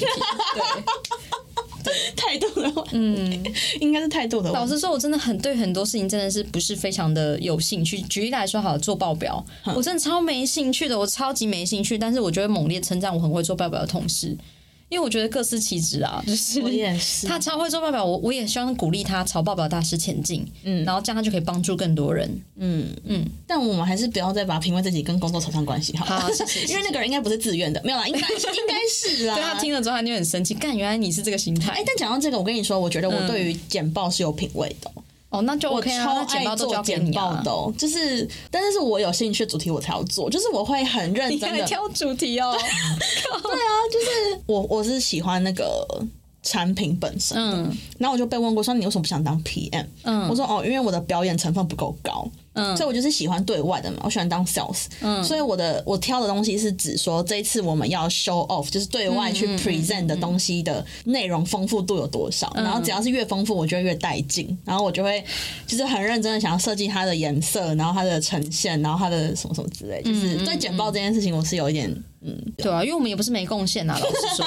Speaker 2: 对，
Speaker 1: 态度的问题， 应该是态度的
Speaker 2: 嗯老
Speaker 1: 问题。
Speaker 2: 实说，我真的很对很多事情真的是不是非常的有兴趣。举例来说，好了做报表，我真的超没兴趣的，我超级没兴趣，但是我就会猛烈称赞我很会做报表的同事，因为我觉得各司其职啊，就是
Speaker 1: 我也是，
Speaker 2: 他超会做报表，我我也希望鼓励他朝报表大师前进，嗯，然后这样他就可以帮助更多人。
Speaker 1: 嗯
Speaker 2: 嗯
Speaker 1: 但我们还是不要再把评论自己跟工作扯上关系好了
Speaker 2: 好是是 是
Speaker 1: 因为那个人应该不是自愿的，没有啦，应该 应该是啦。
Speaker 2: 对他听了之后，他就很生气，干，原来你是这个心态
Speaker 1: 哎、，但讲到这个，我跟你说，我觉得
Speaker 2: 嗯
Speaker 1: 我对于简报是有品味的哦、
Speaker 2: 哦，那就 OK 啊，
Speaker 1: 超
Speaker 2: 那简
Speaker 1: 爱
Speaker 2: 报都
Speaker 1: 做
Speaker 2: 交给
Speaker 1: 简
Speaker 2: 你
Speaker 1: 报
Speaker 2: 啊
Speaker 1: 的。哦、就是，但是我有兴趣的主题我才要做，就是我会很认
Speaker 2: 你
Speaker 1: 真
Speaker 2: 还
Speaker 1: 的。
Speaker 2: 挑主题哦，
Speaker 1: 我我是喜欢那个产品本身，
Speaker 2: 嗯
Speaker 1: 然后我就被问过说你为什么不想当 PM？
Speaker 2: 嗯
Speaker 1: 我说哦，因为我的表演成分不够高，
Speaker 2: 嗯
Speaker 1: 所以我就是喜欢对外的嘛，我喜欢当 sales，
Speaker 2: 嗯
Speaker 1: 所以我的我挑的东西是指说这一次我们要 show off，就是对外去 present 的东西的内容丰富度有多少，然后只要是越丰富，我就会越带劲，然后我就会就是很认真的想要设计它的颜色，然后它的呈现，然后它的什么什么之类，就是对简报这件事情我是有一点。嗯
Speaker 2: 对啊，因为我们也不是没贡献啊，老实说。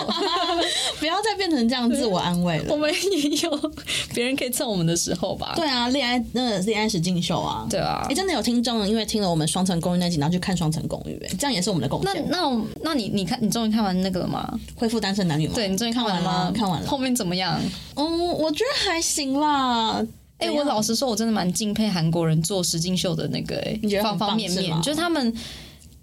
Speaker 1: 不要再变成这样自我安慰了。
Speaker 2: 我们也有别人可以蹭我们的时候吧？
Speaker 1: 对啊，恋爱那个恋爱实境秀啊，
Speaker 2: 对啊
Speaker 1: 哎、真的有听众因为听了我们《双层公寓》那集，然后去看《双层公寓、哎，这样也是我们的贡
Speaker 2: 那
Speaker 1: 献。
Speaker 2: 那我那你你看你终于看完那个了吗？
Speaker 1: 恢复单身男女吗？
Speaker 2: 对你终于看完
Speaker 1: 完
Speaker 2: 了吗？
Speaker 1: 看完了。
Speaker 2: 后面怎么样？
Speaker 1: 嗯，我觉得还行啦。
Speaker 2: 哎、
Speaker 1: 怎
Speaker 2: 我
Speaker 1: 样
Speaker 2: 老实说，我真的蛮敬佩韩国人做实境秀的那个、
Speaker 1: 你觉
Speaker 2: 哎，
Speaker 1: 得很
Speaker 2: 方
Speaker 1: 棒
Speaker 2: 方面
Speaker 1: 是
Speaker 2: 面，
Speaker 1: 吗
Speaker 2: 就是他们。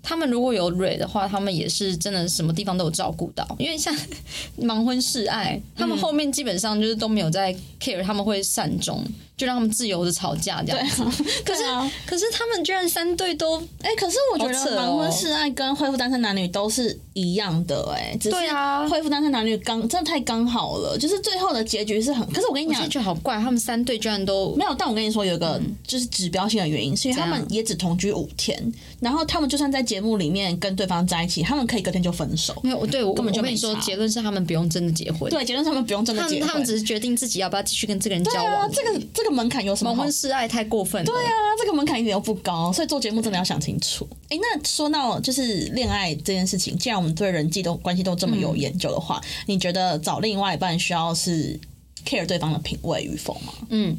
Speaker 2: 他们如果有蕊的话，他们也是真的什么地方都有照顾到，因为像 盲婚试爱，他们后面基本上就是都没有在 care，他们会善终，就让他们自由的吵架这样子。
Speaker 1: 可是，哎、
Speaker 2: 可是他们居然三对都哎
Speaker 1: 可是我觉得
Speaker 2: 好扯哦
Speaker 1: 盲婚示爱跟恢复单身男女都是一样的、哎，只是
Speaker 2: 对啊
Speaker 1: 恢复单身男女刚真的太刚好了，就是最后的结局是很。可是我哎跟你
Speaker 2: 我真
Speaker 1: 讲
Speaker 2: 的，觉得好怪，他们三对居然都
Speaker 1: 没有，但我跟你说，有一个就是指标性的原因，是因为他
Speaker 2: 怎
Speaker 1: 们
Speaker 2: 样
Speaker 1: 也只同居五天，然后他们就算在节目里面跟对方在一起，他们可以隔天就分手。
Speaker 2: 没有，我哦对我
Speaker 1: 根本就
Speaker 2: 我跟你
Speaker 1: 没
Speaker 2: 说，
Speaker 1: 差
Speaker 2: 结论是他们不用真的结婚，
Speaker 1: 对，结论他们不用真的
Speaker 2: 他们
Speaker 1: 结
Speaker 2: 他
Speaker 1: 婚
Speaker 2: 们。只是决定自己要不要继续跟这个人
Speaker 1: 对
Speaker 2: 交
Speaker 1: 啊
Speaker 2: 往，。
Speaker 1: 这个这个门槛有什么
Speaker 2: 盲
Speaker 1: 好
Speaker 2: 婚示爱太过分了，对
Speaker 1: 对啊，这个门槛一点都不高，所以做节目真的要想清楚。哎、那说到就是恋爱这件事情，既然我们对人际都关系都这么有研究的话，你觉得找另外一半需要是 care 对方的品味与否吗？
Speaker 2: 嗯，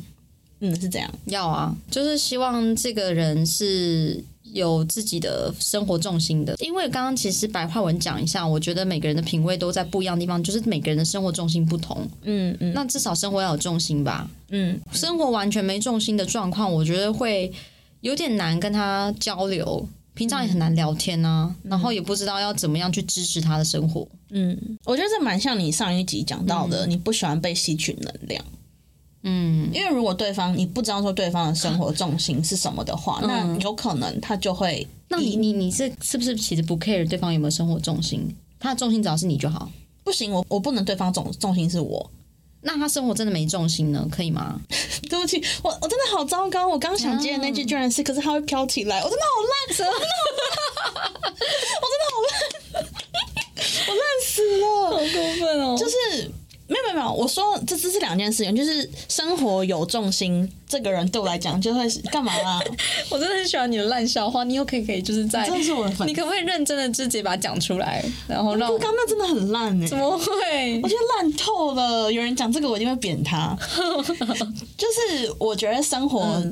Speaker 1: 嗯，是这样。
Speaker 2: 要啊，就是希望这个人是有自己的生活重心的。因为刚刚其实白话文讲一下，我觉得每个人的品味都在不一样的地方，就是每个人的生活重心不同。
Speaker 1: 嗯嗯
Speaker 2: 那至少生活要有重心吧，
Speaker 1: 嗯，
Speaker 2: 生活完全没重心的状况，我觉得会有点难跟他交流。平常也很难聊天啊，然后也不知道要怎么样去支持他的生活。
Speaker 1: 嗯，我觉得这蛮像你上一集讲到的，你不喜欢被吸取能量。嗯，因为如果对方你不知道说对方的生活重心是什么的话，那有可能他就会
Speaker 2: 那你你你是是不是其实不 care 对方有没有生活重心？他的重心只要是你就好。
Speaker 1: 不行，我我不能对方重重心是我。
Speaker 2: 那他生活真的没重心呢？可以吗？
Speaker 1: 对不起，我我真的好糟糕，我刚想接的那句居然是，可是它会飘起来，我真的好烂，我真的好烂，我真的好烂，我烂死了。
Speaker 2: 过分哦！
Speaker 1: 哦就是没有没有没有，我我说这这是两件事情，就是生活有重心，这个人对我来讲就会是干嘛啦？
Speaker 2: 我真的很喜欢你的烂笑话，你以后可以可以就是在，
Speaker 1: 真的是我的粉
Speaker 2: 你可不可以认真的直接把它讲出来，然后让
Speaker 1: 我
Speaker 2: 我
Speaker 1: 哦刚刚那真的很烂哎、
Speaker 2: 怎么会
Speaker 1: 我？觉得烂透了。有人讲这个，我一定会扁他。就是我觉得生活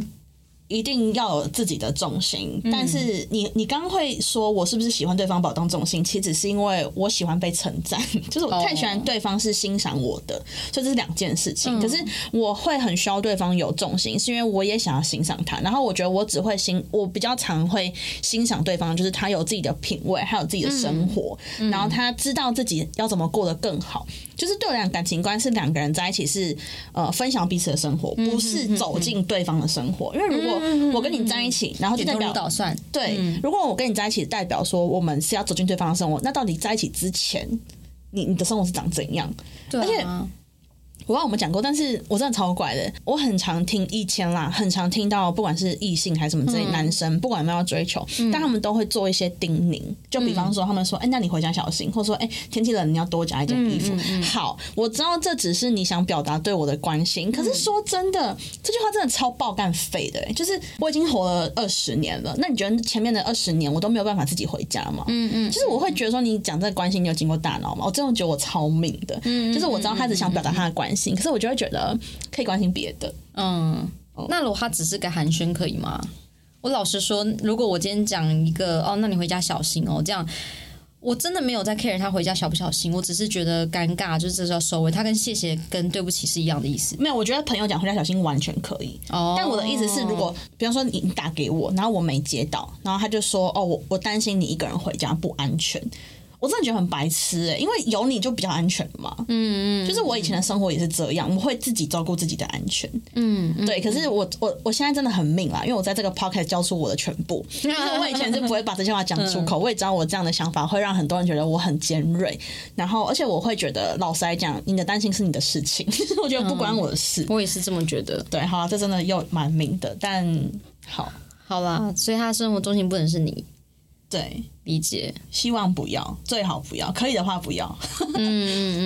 Speaker 1: 一定要有自己的重心，但是你你刚刚会说我是不是喜欢对方把我当重心，其实只是因为我喜欢被称赞， 就是我太喜欢对方是欣赏我的，所以这是两件事情。可是我会很需要对方有重心，是因为我也想要欣赏他。然后我觉得我只会欣，我比较常会欣赏对方，就是他有自己的品味，还有自己的生活，然后他知道自己要怎么过得更好。就是对我来讲，感情观是两个人在一起是呃分享彼此的生活，不是走进对方的生活。因为如果我跟你在一起，然后就代
Speaker 2: 投入
Speaker 1: 表
Speaker 2: 捣蒜，
Speaker 1: 对，如果我跟你在一起，代表说我们是要走进对方的生活，那到底在一起之前，你你的生活是长怎样？
Speaker 2: 对、啊，
Speaker 1: 而且我忘了我们讲过，但是我真的超怪的。我很常听以前啦，很常听到，不管是异性还是什么之类，男生不管有没有要追求，但他们都会做一些叮咛，就比方说他们说：“哎、那你回家小心。”或者说：“哎、天气冷，你要多加一件衣服。好，我知道这只是你想表达对我的关心，可是说真的，这句话真的超爆干废的、欸。就是我已经活了二十年了，那你觉得前面的二十年我都没有办法自己回家吗？嗯嗯，就是我会觉得说你讲这个关心，你有经过大脑吗？我真的觉得我超命的，就是我知道他只想表达他的关心，可是我就会觉得可以关心别的。
Speaker 2: 嗯，那如果他只是个寒暄，可以吗？我老实说，如果我今天讲一个哦，那你回家小心哦，这样我真的没有在 care 他回家小不小心，我只是觉得尴尬，就是这是要收尾。他跟谢谢跟对不起是一样的意思。
Speaker 1: 没有，我觉得朋友讲回家小心完全可以。
Speaker 2: 哦，
Speaker 1: 但我的意思是，如果比方说你你打给我，然后我没接到，然后他就说哦，我我担心你一个人回家不安全。我真的觉得很白痴哎、因为有你就比较安全嘛。嗯嗯，就是我以前的生活也是这样，我会自己照顾自己的安全。
Speaker 2: 嗯，嗯
Speaker 1: 对，可是我我我现在真的很命啦，因为我在这个 podcast 交出我的全部。就是我以前是不会把这些话讲出口，我也知道我这样的想法会让很多人觉得我很尖锐，然后而且我会觉得，老实来讲，你的担心是你的事情，我觉得不关我的事。
Speaker 2: 我也是这么觉得。
Speaker 1: 对，好啦，这真的又蛮明的，但好，
Speaker 2: 好啦，所以他的生活中心不能是你
Speaker 1: 对，
Speaker 2: 理 解。
Speaker 1: 希望不要，最好不要，可以的话不要。
Speaker 2: 嗯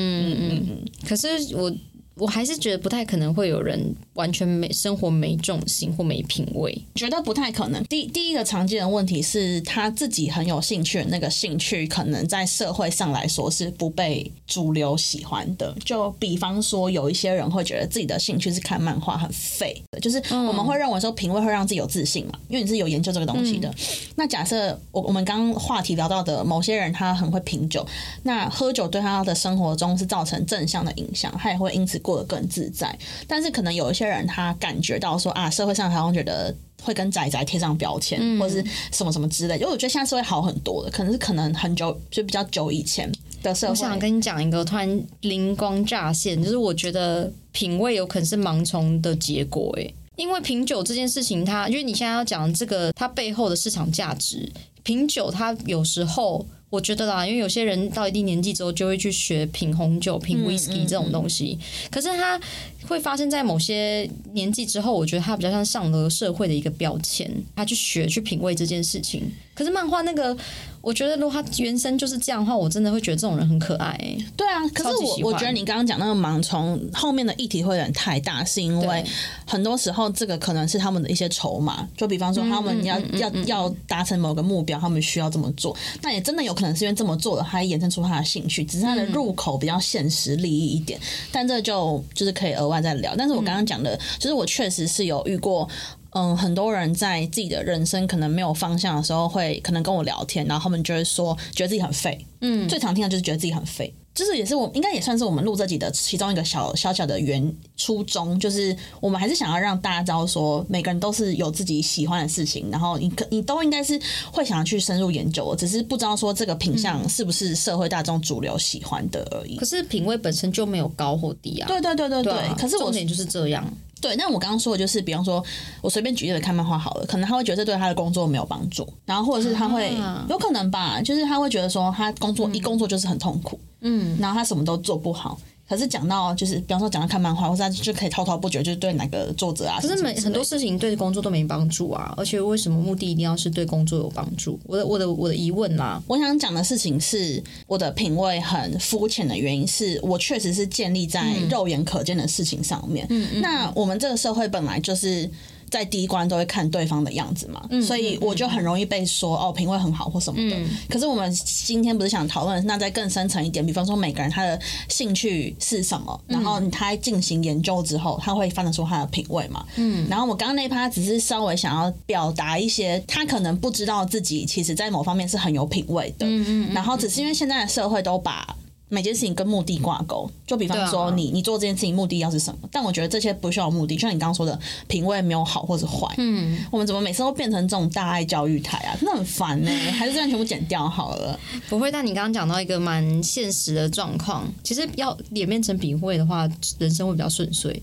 Speaker 2: 可是我我还是觉得不太可能会有人完全没生活没重心或没品味。
Speaker 1: 觉得不太可能。第第一个常见的问题是他自己很有兴趣，那个兴趣可能在社会上来说是不被主流喜欢的。就比方说，有一些人会觉得自己的兴趣是看漫画很废的，就是我们会认为说品味会让自己有自信嘛，因为你是有研究这个东西的。那假设我我们刚刚话题聊到的某些人他很会品酒，那喝酒对他的生活中是造成正向的影响，他也会因此过得更自在。但是可能有一些人他感觉到说啊，社会上好像觉得。会跟仔仔贴上标签，
Speaker 2: 嗯
Speaker 1: 或是什么什么之类的，因为我觉得现在社会好很多了，可能是可能很久就比较久以前的社会。
Speaker 2: 我想跟你讲一个，我突然灵光乍现，就是我觉得品味有可能是盲从的结果、欸，因为品酒这件事情它，因为你现在要讲这个它背后的市场价值，品酒它有时候。我觉得啦，因为有些人到一定年纪之后，就会去学品红酒、
Speaker 1: 嗯
Speaker 2: 品 whisky 这种东西。可是它会发生在某些年纪之后，我觉得它比较像上了社会的一个标签，他去学去品味这件事情。可是漫画那个，我觉得如果他原生就是这样的话，我真的会觉得这种人很可爱、欸
Speaker 1: 对啊，可是
Speaker 2: 超级
Speaker 1: 我
Speaker 2: 喜欢
Speaker 1: 我觉得你刚刚讲那个盲从后面的议题会有点太大，是因为
Speaker 2: 对
Speaker 1: 很多时候这个可能是他们的一些筹码，就比方说他们要、要要达成某个目标，他们需要这么做，那也真的有可能是因为这么做了，他衍生出他的兴趣，只是他的入口比较现实利益一点，但这就就是可以额外再聊。但是我刚刚讲的，就是我确实是有遇过。嗯，很多人在自己的人生可能没有方向的时候会可能跟我聊天，然后他们就会说觉得自己很废，嗯，最常听的就是觉得自己很废，就是也是我应该也算是我们录这集的其中一个小小小的原初衷，就是我们还是想要让大家知道说，每个人都是有自己喜欢的事情，然后你可你都应该是会想要去深入研究的，只是不知道说这个品相是不是社会大众主流喜欢的而已
Speaker 2: 嗯可。是品味本身就没有高或低啊。
Speaker 1: 对对对对对，
Speaker 2: 啊
Speaker 1: 可是我
Speaker 2: 重点就是这样。
Speaker 1: 对，那我刚刚说的就是，比方说，我随便举例的看漫画好了，可能他会觉得这对他的工作没有帮助，然后或者是他会、
Speaker 2: 啊
Speaker 1: 有可
Speaker 2: 嗯
Speaker 1: 能吧，就是他会觉得说他工作、一工作就是很痛苦，嗯，然后他什么都做不好。可可是讲到就是，比方说讲到看漫画，或者他就可以滔滔不绝，就是对哪个作者啊，
Speaker 2: 可
Speaker 1: 什
Speaker 2: 是
Speaker 1: 么
Speaker 2: 每很多事情对工作都没帮助啊，而且为什么目的一定要是对工作有帮助？我的我的我的疑问啦，
Speaker 1: 我想讲的事情是，我的品味很肤浅的原因是我确实是建立在肉眼可见的事情上面。那我们这个社会本来就是。在第一关都会看对方的样子嘛，所以我就很容易被说哦品味很好或什么的。可是我们今天不是想讨论，那再更深层一点，比方说每个人他的兴趣是什么，然后他进行研究之后，他会翻得出他的品味嘛。嗯，然后我刚刚那一趴只是稍微想要表达一些，他可能不知道自己其实在某方面是很有品味的，嗯嗯，然后只是因为现在的社会都把。每件事情跟目的挂钩，就比方说
Speaker 2: 对啊
Speaker 1: 你、你做这件事情目的要是什么？但我觉得这些不需要目的，就像你刚刚说的，品味没有好或是坏。嗯，我们怎么每次都变成这种大爱教育台啊？真的很烦呢、还是这样全部剪掉好了。
Speaker 2: 不会。但你刚刚讲到一个蛮现实的状况，其实要演变成品味的话，人生会比较顺遂。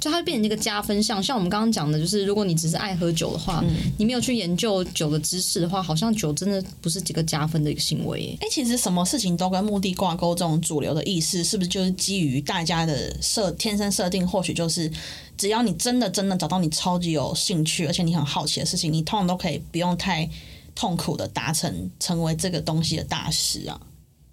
Speaker 2: 就它会变成一个加分项，像我们刚刚讲的，就是如果你只是爱喝酒的话，你没有去研究酒的知识的话，好像酒真的不是几个加分的一个行为耶。
Speaker 1: 哎、其实什么事情都跟目的挂钩，这种主流的意识是不是就是基于大家的设天生设定？或许就是只要你真的真的找到你超级有兴趣，而且你很好奇的事情，你通常都可以不用太痛苦的达成，成为这个东西的大师啊。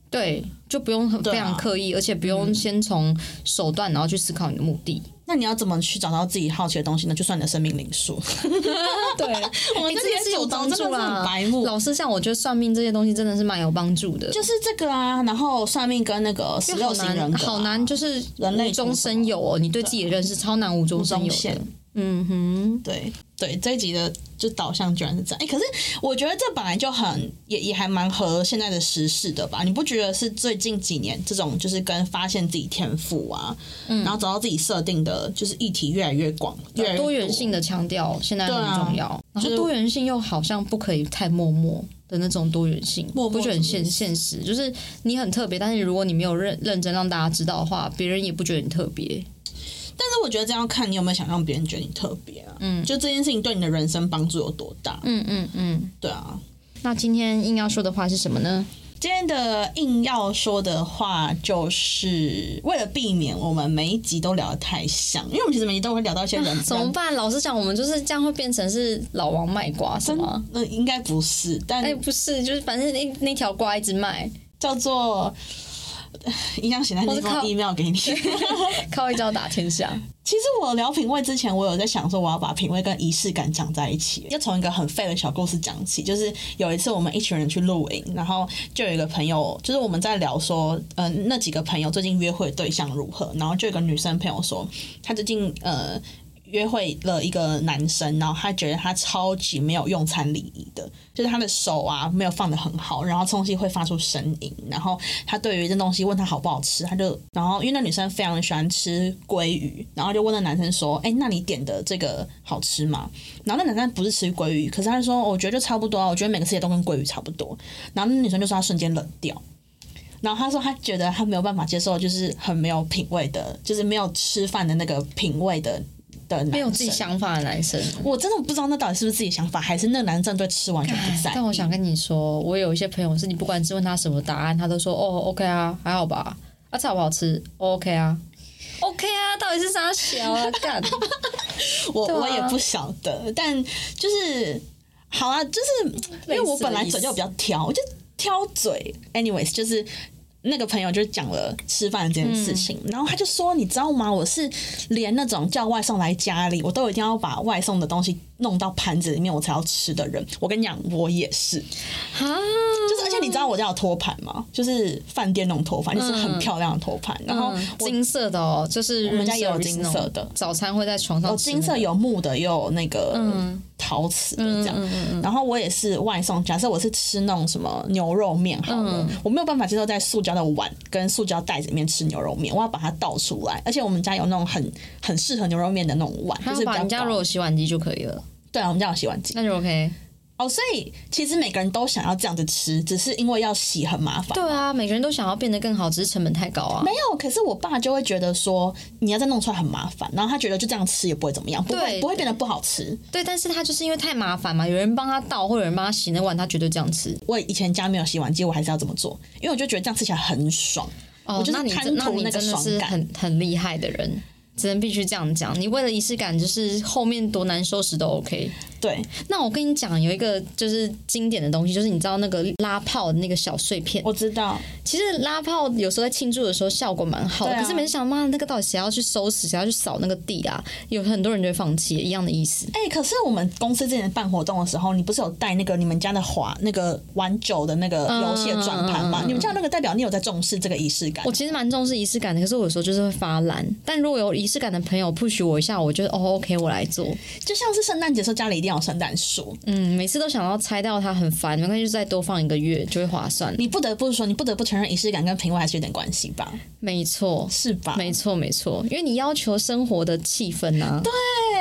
Speaker 2: 对，嗯就不用很
Speaker 1: 对啊
Speaker 2: 非常刻意，而且不用先从手段，然后去思考你的目的。
Speaker 1: 那你要怎么去找到自己好奇的东西呢？就算你的生命灵数，
Speaker 2: 对，
Speaker 1: 我
Speaker 2: 欸、
Speaker 1: 们
Speaker 2: 这
Speaker 1: 些
Speaker 2: 也是有
Speaker 1: 酒
Speaker 2: 帮
Speaker 1: 糟真
Speaker 2: 助
Speaker 1: 的是
Speaker 2: 啦。
Speaker 1: 很白目，
Speaker 2: 老师，像我觉得算命这些东西真的是蛮有帮助的，
Speaker 1: 就是这个啊。然后算命跟那个十
Speaker 2: 因为好
Speaker 1: 六型人
Speaker 2: 难，
Speaker 1: 格啊、
Speaker 2: 好难，就是
Speaker 1: 人类
Speaker 2: 无中生有哦。你对自己的认识超难无中生
Speaker 1: 中
Speaker 2: 有
Speaker 1: 线
Speaker 2: 的。。嗯哼，
Speaker 1: 对对，这一集的就导向居然是这样。哎、可是我觉得这本来就很也也还蛮合现在的时事的吧？你不觉得是最近几年这种就是跟发现自己天赋啊，
Speaker 2: 嗯
Speaker 1: 然后找到自己设定的，就是议题越来越广，越来越
Speaker 2: 多元性的强调现在
Speaker 1: 对啊
Speaker 2: 很重要，然
Speaker 1: 就
Speaker 2: 后
Speaker 1: 是
Speaker 2: 多元性又好像不可以太默默。的那种多元性，
Speaker 1: 默默
Speaker 2: 不觉得很
Speaker 1: 什
Speaker 2: 现
Speaker 1: 么意思
Speaker 2: 现实，就是你很特别，但是如果你没有认认真让大家知道的话，别人也不觉得你特别。
Speaker 1: 但是我觉得这样看你有没有想让别人觉得你特别啊？嗯，就这件事情对你的人生帮助有多大？
Speaker 2: 嗯嗯嗯。
Speaker 1: 对啊，
Speaker 2: 那今天硬要说的话是什么呢？
Speaker 1: 今天的硬要说的话，就是为了避免我们每一集都聊得太像，因为我们其实每一集都会聊到一些人
Speaker 2: 怎
Speaker 1: 人
Speaker 2: 么办？老实讲，我们就是这样会变成是老王卖瓜，是吗？
Speaker 1: 那呃应该不是，但
Speaker 2: 哎、不是，就是反正那那条瓜一直卖，
Speaker 1: 叫做呃营养型的
Speaker 2: 我
Speaker 1: 地
Speaker 2: 是
Speaker 1: 方
Speaker 2: 靠
Speaker 1: email 给你。
Speaker 2: 靠一招打天下。
Speaker 1: 其实我聊品味之前，我有在想说，我要把品味跟仪式感讲在一起。要从一个很废的小故事讲起，就是有一次我们一群人去露营，然后就有一个朋友，就是我们在聊说，呃，那几个朋友最近约会对象如何，然后就有一个女生朋友说，她最近呃。约会了一个男生，然后她觉得他超级没有用餐礼仪的，就是他的手啊没有放的很好，然后吃东西会发出声音，然后他对于这东西问他好不好吃，他就然后因为那女生非常喜欢吃鲑鱼，然后就问那男生说，哎、那你点的这个好吃吗？然后那男生不是吃鲑鱼，可是他就说，我觉得就差不多啊，我觉得每个世界都跟鲑鱼差不多。然后那女生就说她啊瞬间冷掉。然后她说她觉得她没有办法接受，就是很没有品味的，就是没有吃饭的那个品味的的男
Speaker 2: 没有自己
Speaker 1: 生
Speaker 2: 想法的男生。
Speaker 1: 我真的不知道那到底是不是自己想法，还是那男生对吃完全不在意。
Speaker 2: 哎但我想跟你说，我有一些朋友是你不管是问他什么答案，他都说哦，OK 啊，还好吧，啊，菜好不好吃、哦、？OK 啊，OK 啊，到底是啥小 啊？干，
Speaker 1: 我、
Speaker 2: 对啊
Speaker 1: 我也不晓得，但就是好啊，就是
Speaker 2: 嗯
Speaker 1: 因为我本来嘴就比较挑，我就挑嘴。Anyways，就是那个朋友就讲了吃饭这件事情，
Speaker 2: 嗯
Speaker 1: 然后他就说，你知道吗？我是连那种叫外送来家里，我都一定要把外送的东西弄到盘子里面，我才要吃的人。我跟你讲，我也是。
Speaker 2: 啊，
Speaker 1: 就是，而且你知道我家有托盘吗？就是饭店那种托盘，就是很漂亮的托盘。然后
Speaker 2: 嗯
Speaker 1: 我
Speaker 2: 金色的哦，就是
Speaker 1: 我们家也有
Speaker 2: Rinso
Speaker 1: 金色的
Speaker 2: Rinso，早餐会在床上
Speaker 1: 有
Speaker 2: 吃
Speaker 1: 哦金色
Speaker 2: 那个
Speaker 1: 有木的，也有那个
Speaker 2: 嗯
Speaker 1: 陶瓷的这样。然后我也是外送，假设我是吃那种什么牛肉面好
Speaker 2: 嗯
Speaker 1: 了，我没有办法接受在塑胶的碗跟塑胶袋子里面吃牛肉面，我要把它倒出来。而且我们家有那种很很适合牛肉面的那种碗，
Speaker 2: 还
Speaker 1: 就是
Speaker 2: 好
Speaker 1: 比
Speaker 2: 吧，
Speaker 1: 较
Speaker 2: 你家
Speaker 1: 高
Speaker 2: 如果有洗碗机就可以了，
Speaker 1: 对啊，我们家有洗碗机
Speaker 2: 那就 OK。
Speaker 1: 哦，所以其实每个人都想要这样子吃，只是因为要洗很麻烦。
Speaker 2: 对啊，每个人都想要变得更好，只是成本太高啊
Speaker 1: 没。有，可是我爸就会觉得说你要再弄出来很麻烦，然后他觉得就这样吃也不会怎么样，不会
Speaker 2: 对
Speaker 1: 不会变得不好吃。
Speaker 2: 对，但是他就是因为太麻烦嘛，有人帮他倒，或者有人帮他洗那碗，他绝对这样吃。
Speaker 1: 我以前家没有洗碗机，我还是要这么做，因为我就觉得这样吃起来很爽。我
Speaker 2: 哦，
Speaker 1: 就
Speaker 2: 那
Speaker 1: 是
Speaker 2: 你
Speaker 1: 贪
Speaker 2: 真那
Speaker 1: 图
Speaker 2: 你
Speaker 1: 个
Speaker 2: 真的
Speaker 1: 爽
Speaker 2: 是
Speaker 1: 感。
Speaker 2: 很很厉害的人，只能必须这样讲。你为了仪式感，就是后面多难收拾都 OK。
Speaker 1: 对，
Speaker 2: 那我跟你讲，有一个就是经典的东西，就是你知道那个拉炮的那个小碎片。
Speaker 1: 我知道，
Speaker 2: 其实拉炮有时候在庆祝的时候效果蛮好的，
Speaker 1: 对啊
Speaker 2: 可是每次想，妈，那个到底谁要去收拾，谁要去扫那个地啊？有很多人就会放弃，一样的意思。
Speaker 1: 哎、可是我们公司之前办活动的时候，你不是有带那个你们家的滑那个玩酒的那个游戏的转盘吗？
Speaker 2: 嗯嗯嗯
Speaker 1: 你们家那个代表你有在重视这个仪式感
Speaker 2: 我。其实蛮重视仪式感的，可是我有时候就是会发懒。但如果有仪式感的朋友 push 我一下，我就哦 OK，我来做。
Speaker 1: 就像是圣诞节的时候，家里一定要有圣诞树，
Speaker 2: 嗯，每次都想要拆掉它，很烦，没关系，就再多放一个月就会划算。
Speaker 1: 你不得不说，你不得不承认仪式感跟品味还是有点关系吧？
Speaker 2: 没错，
Speaker 1: 是吧？
Speaker 2: 没错，没错，因为你要求生活的气氛啊。
Speaker 1: 对，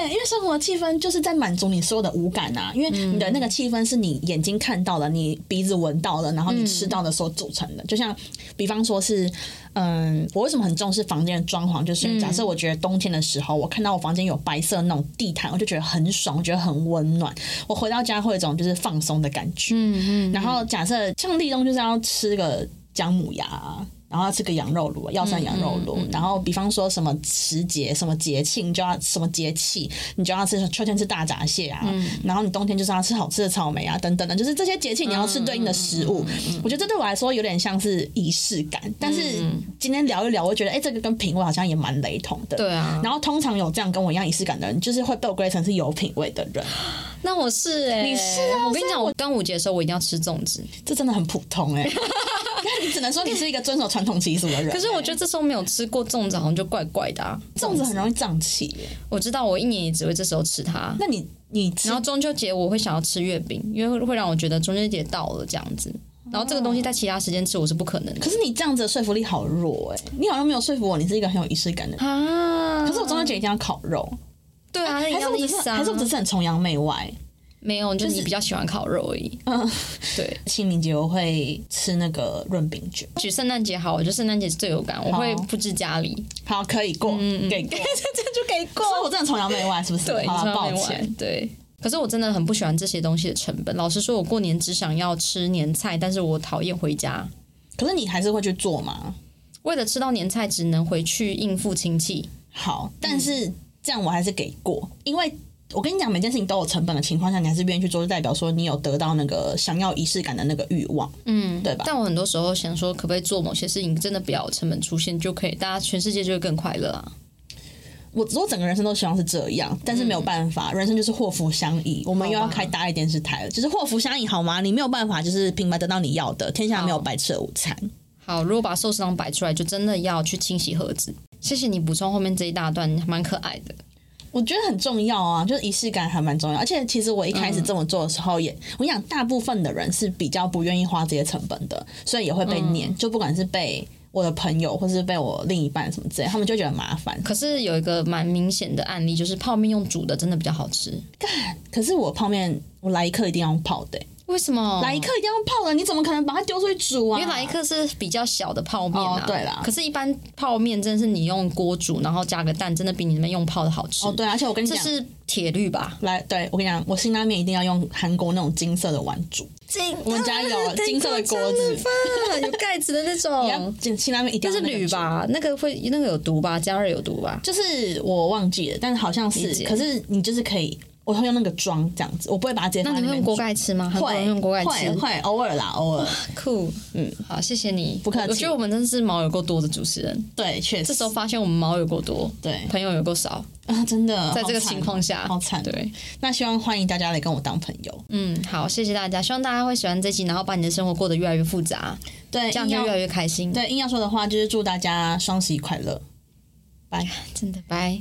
Speaker 1: 因为生活气氛就是在满足你所有的五感啊，因为你的那个气氛是你眼睛看到的，你鼻子闻到的，然后你吃到的所组成的。就像比方说是，嗯，我为什么很重视房间的装潢？就是因为假设我觉得冬天的时候，我看到我房间有白色那种地毯，我就觉得很爽，我觉得很温暖。我回到家会有一种就是放松的感觉。嗯嗯。然后假设像立冬就是要吃个姜母鸭啊。然后要吃个羊肉炉，药膳羊肉炉。然后比方说什么时节、什么节庆，就要什么节气，你就要吃秋天吃大闸蟹啊，然后你冬天就是要吃好吃的草莓啊，等等的，就是这些节气你要吃对应的食物。我觉得这对我来说有点像是仪式感，但是今天聊一聊，我觉得哎、这个跟品味好像也蛮雷同的。
Speaker 2: 对啊
Speaker 1: 然后通常有这样跟我一样仪式感的人，就是会被我归类成是有品味的人，
Speaker 2: 那我是哎、
Speaker 1: 你是啊
Speaker 2: 我跟你讲，我端午节的时候我一定要吃粽子，
Speaker 1: 这真的很普通 哎、那你只能说你是一个遵守传统习俗的人、欸
Speaker 2: 可是我觉得这时候没有吃过粽子，好像就怪怪的啊。
Speaker 1: 粽子很容易胀气、耶
Speaker 2: 我知道，我一年也只会这时候吃它。
Speaker 1: 那你你吃
Speaker 2: 然后中秋节我会想要吃月饼，因为会会让我觉得中秋节到了这样子。然后这个东西在其他时间吃我是不哦可能的
Speaker 1: 可是你这样子的说服力好弱哎、你好像没有说服我，你是一个很有仪式感的人。
Speaker 2: 啊。
Speaker 1: 可是我中秋节一定要烤肉，
Speaker 2: 对啊，那一
Speaker 1: 还是
Speaker 2: 样的
Speaker 1: 我
Speaker 2: 意
Speaker 1: 只是
Speaker 2: 思啊。
Speaker 1: 还是我只是很崇洋媚外。
Speaker 2: 没有，就是哦你比较喜欢烤肉而已。
Speaker 1: 嗯，
Speaker 2: 对，
Speaker 1: 清明节我会吃那个润饼卷，
Speaker 2: 举圣诞节好，我觉得圣诞节最有感，我会
Speaker 1: 好
Speaker 2: 布置家里。
Speaker 1: 好可以过，给 过。
Speaker 2: 这就给过
Speaker 1: 嗯所以我真的崇洋媚外是不是？
Speaker 2: 对，
Speaker 1: 好了，
Speaker 2: 从
Speaker 1: 抱
Speaker 2: 来没玩
Speaker 1: 歉。
Speaker 2: 对。可是我真的很不喜欢这些东西的成本。老实说，我过年只想要吃年菜，但是我讨厌回家。
Speaker 1: 可是你还是会去做嘛？
Speaker 2: 为了吃到年菜，只能回去应付亲戚。
Speaker 1: 好，但是这样我还是给过，因为。我跟你讲，每件事情都有成本的情况下，你还是愿意去做，就代表说你有得到那个想要仪式感的那个欲望，嗯，对吧？
Speaker 2: 但我很多时候想说，可不可以做某些事情，真的不要有成本出现就可以，大家全世界就会更快乐啊！
Speaker 1: 我我整个人生都希望是这样，但是没有办法，人生就是祸福相依。我们又要开大爱电视台了，就是祸福相依，好吗？你没有办法，就是平白得到你要的，天下没有白吃的午餐。
Speaker 2: 好，如果把寿司郎摆出来，就真的要去清洗盒子。谢谢你补充后面这一大段，蛮可爱的。
Speaker 1: 我觉得很重要啊，就是仪式感还蛮重要。而且其实我一
Speaker 2: 嗯
Speaker 1: 开始这么做的时候也，我跟你讲，大部分的人是比较不愿意花这些成本的，所以也会被念，
Speaker 2: 嗯
Speaker 1: 就不管是被。我的朋友，或是被我另一半什么之类，他们就觉得麻烦。
Speaker 2: 可是有一个蛮明显的案例，就是泡面用煮的真的比较好吃。
Speaker 1: 可是我泡面，我来一克一定要用泡的、欸，
Speaker 2: 为什么？
Speaker 1: 来一克一定要泡的，你怎么可能把它丢出去煮啊？
Speaker 2: 因为来客是比较小的泡面啊、
Speaker 1: 哦对啦
Speaker 2: 可是，一般泡面真的是你用锅煮，然后加个蛋，真的比你们用泡的好吃。
Speaker 1: 哦，对啊，而且我跟你
Speaker 2: 这
Speaker 1: 讲，
Speaker 2: 是铁律吧？
Speaker 1: 来，对我跟你讲，我辛拉面一定要用韩国那种金色的碗煮，
Speaker 2: 这
Speaker 1: 我们家有金色的锅子，
Speaker 2: 有盖子的那
Speaker 1: 你要
Speaker 2: 种。
Speaker 1: 辛辛拉面一定
Speaker 2: 哦但
Speaker 1: 要用那
Speaker 2: 是
Speaker 1: 个
Speaker 2: 铝
Speaker 1: 煮。
Speaker 2: 吧，那个会那个有毒吧？加热有毒吧？
Speaker 1: 就是我忘记了，但好像
Speaker 2: 理
Speaker 1: 是，
Speaker 2: 解
Speaker 1: 可是你就是可以，我会用那个装这样子，我不会把它直接
Speaker 2: 那
Speaker 1: 放在
Speaker 2: 你
Speaker 1: 里面
Speaker 2: 会用
Speaker 1: 煮。
Speaker 2: 锅盖吃吗？韩国人
Speaker 1: 会
Speaker 2: 用锅盖
Speaker 1: 会
Speaker 2: 吃，
Speaker 1: 会偶尔啦，偶 尔
Speaker 2: 酷。嗯，好，谢谢你，
Speaker 1: 不客气
Speaker 2: 我觉得我们真是毛有够多的主持人，
Speaker 1: 对，确实
Speaker 2: 这时候发现我们毛有够多，
Speaker 1: 对
Speaker 2: 朋友有够少，
Speaker 1: 啊，真的
Speaker 2: 在这个
Speaker 1: 好惨
Speaker 2: 情况下，
Speaker 1: 好惨。
Speaker 2: 对，
Speaker 1: 那希望欢迎大家来跟我当朋友，
Speaker 2: 嗯，好，谢谢大家，希望大家会喜欢这集，然后把你的生活过得越来越复杂，
Speaker 1: 对，
Speaker 2: 这样
Speaker 1: 硬
Speaker 2: 就越来
Speaker 1: 要
Speaker 2: 越开心。，
Speaker 1: 对硬要说的话就是祝大家双十一快乐，拜。
Speaker 2: 真的，拜。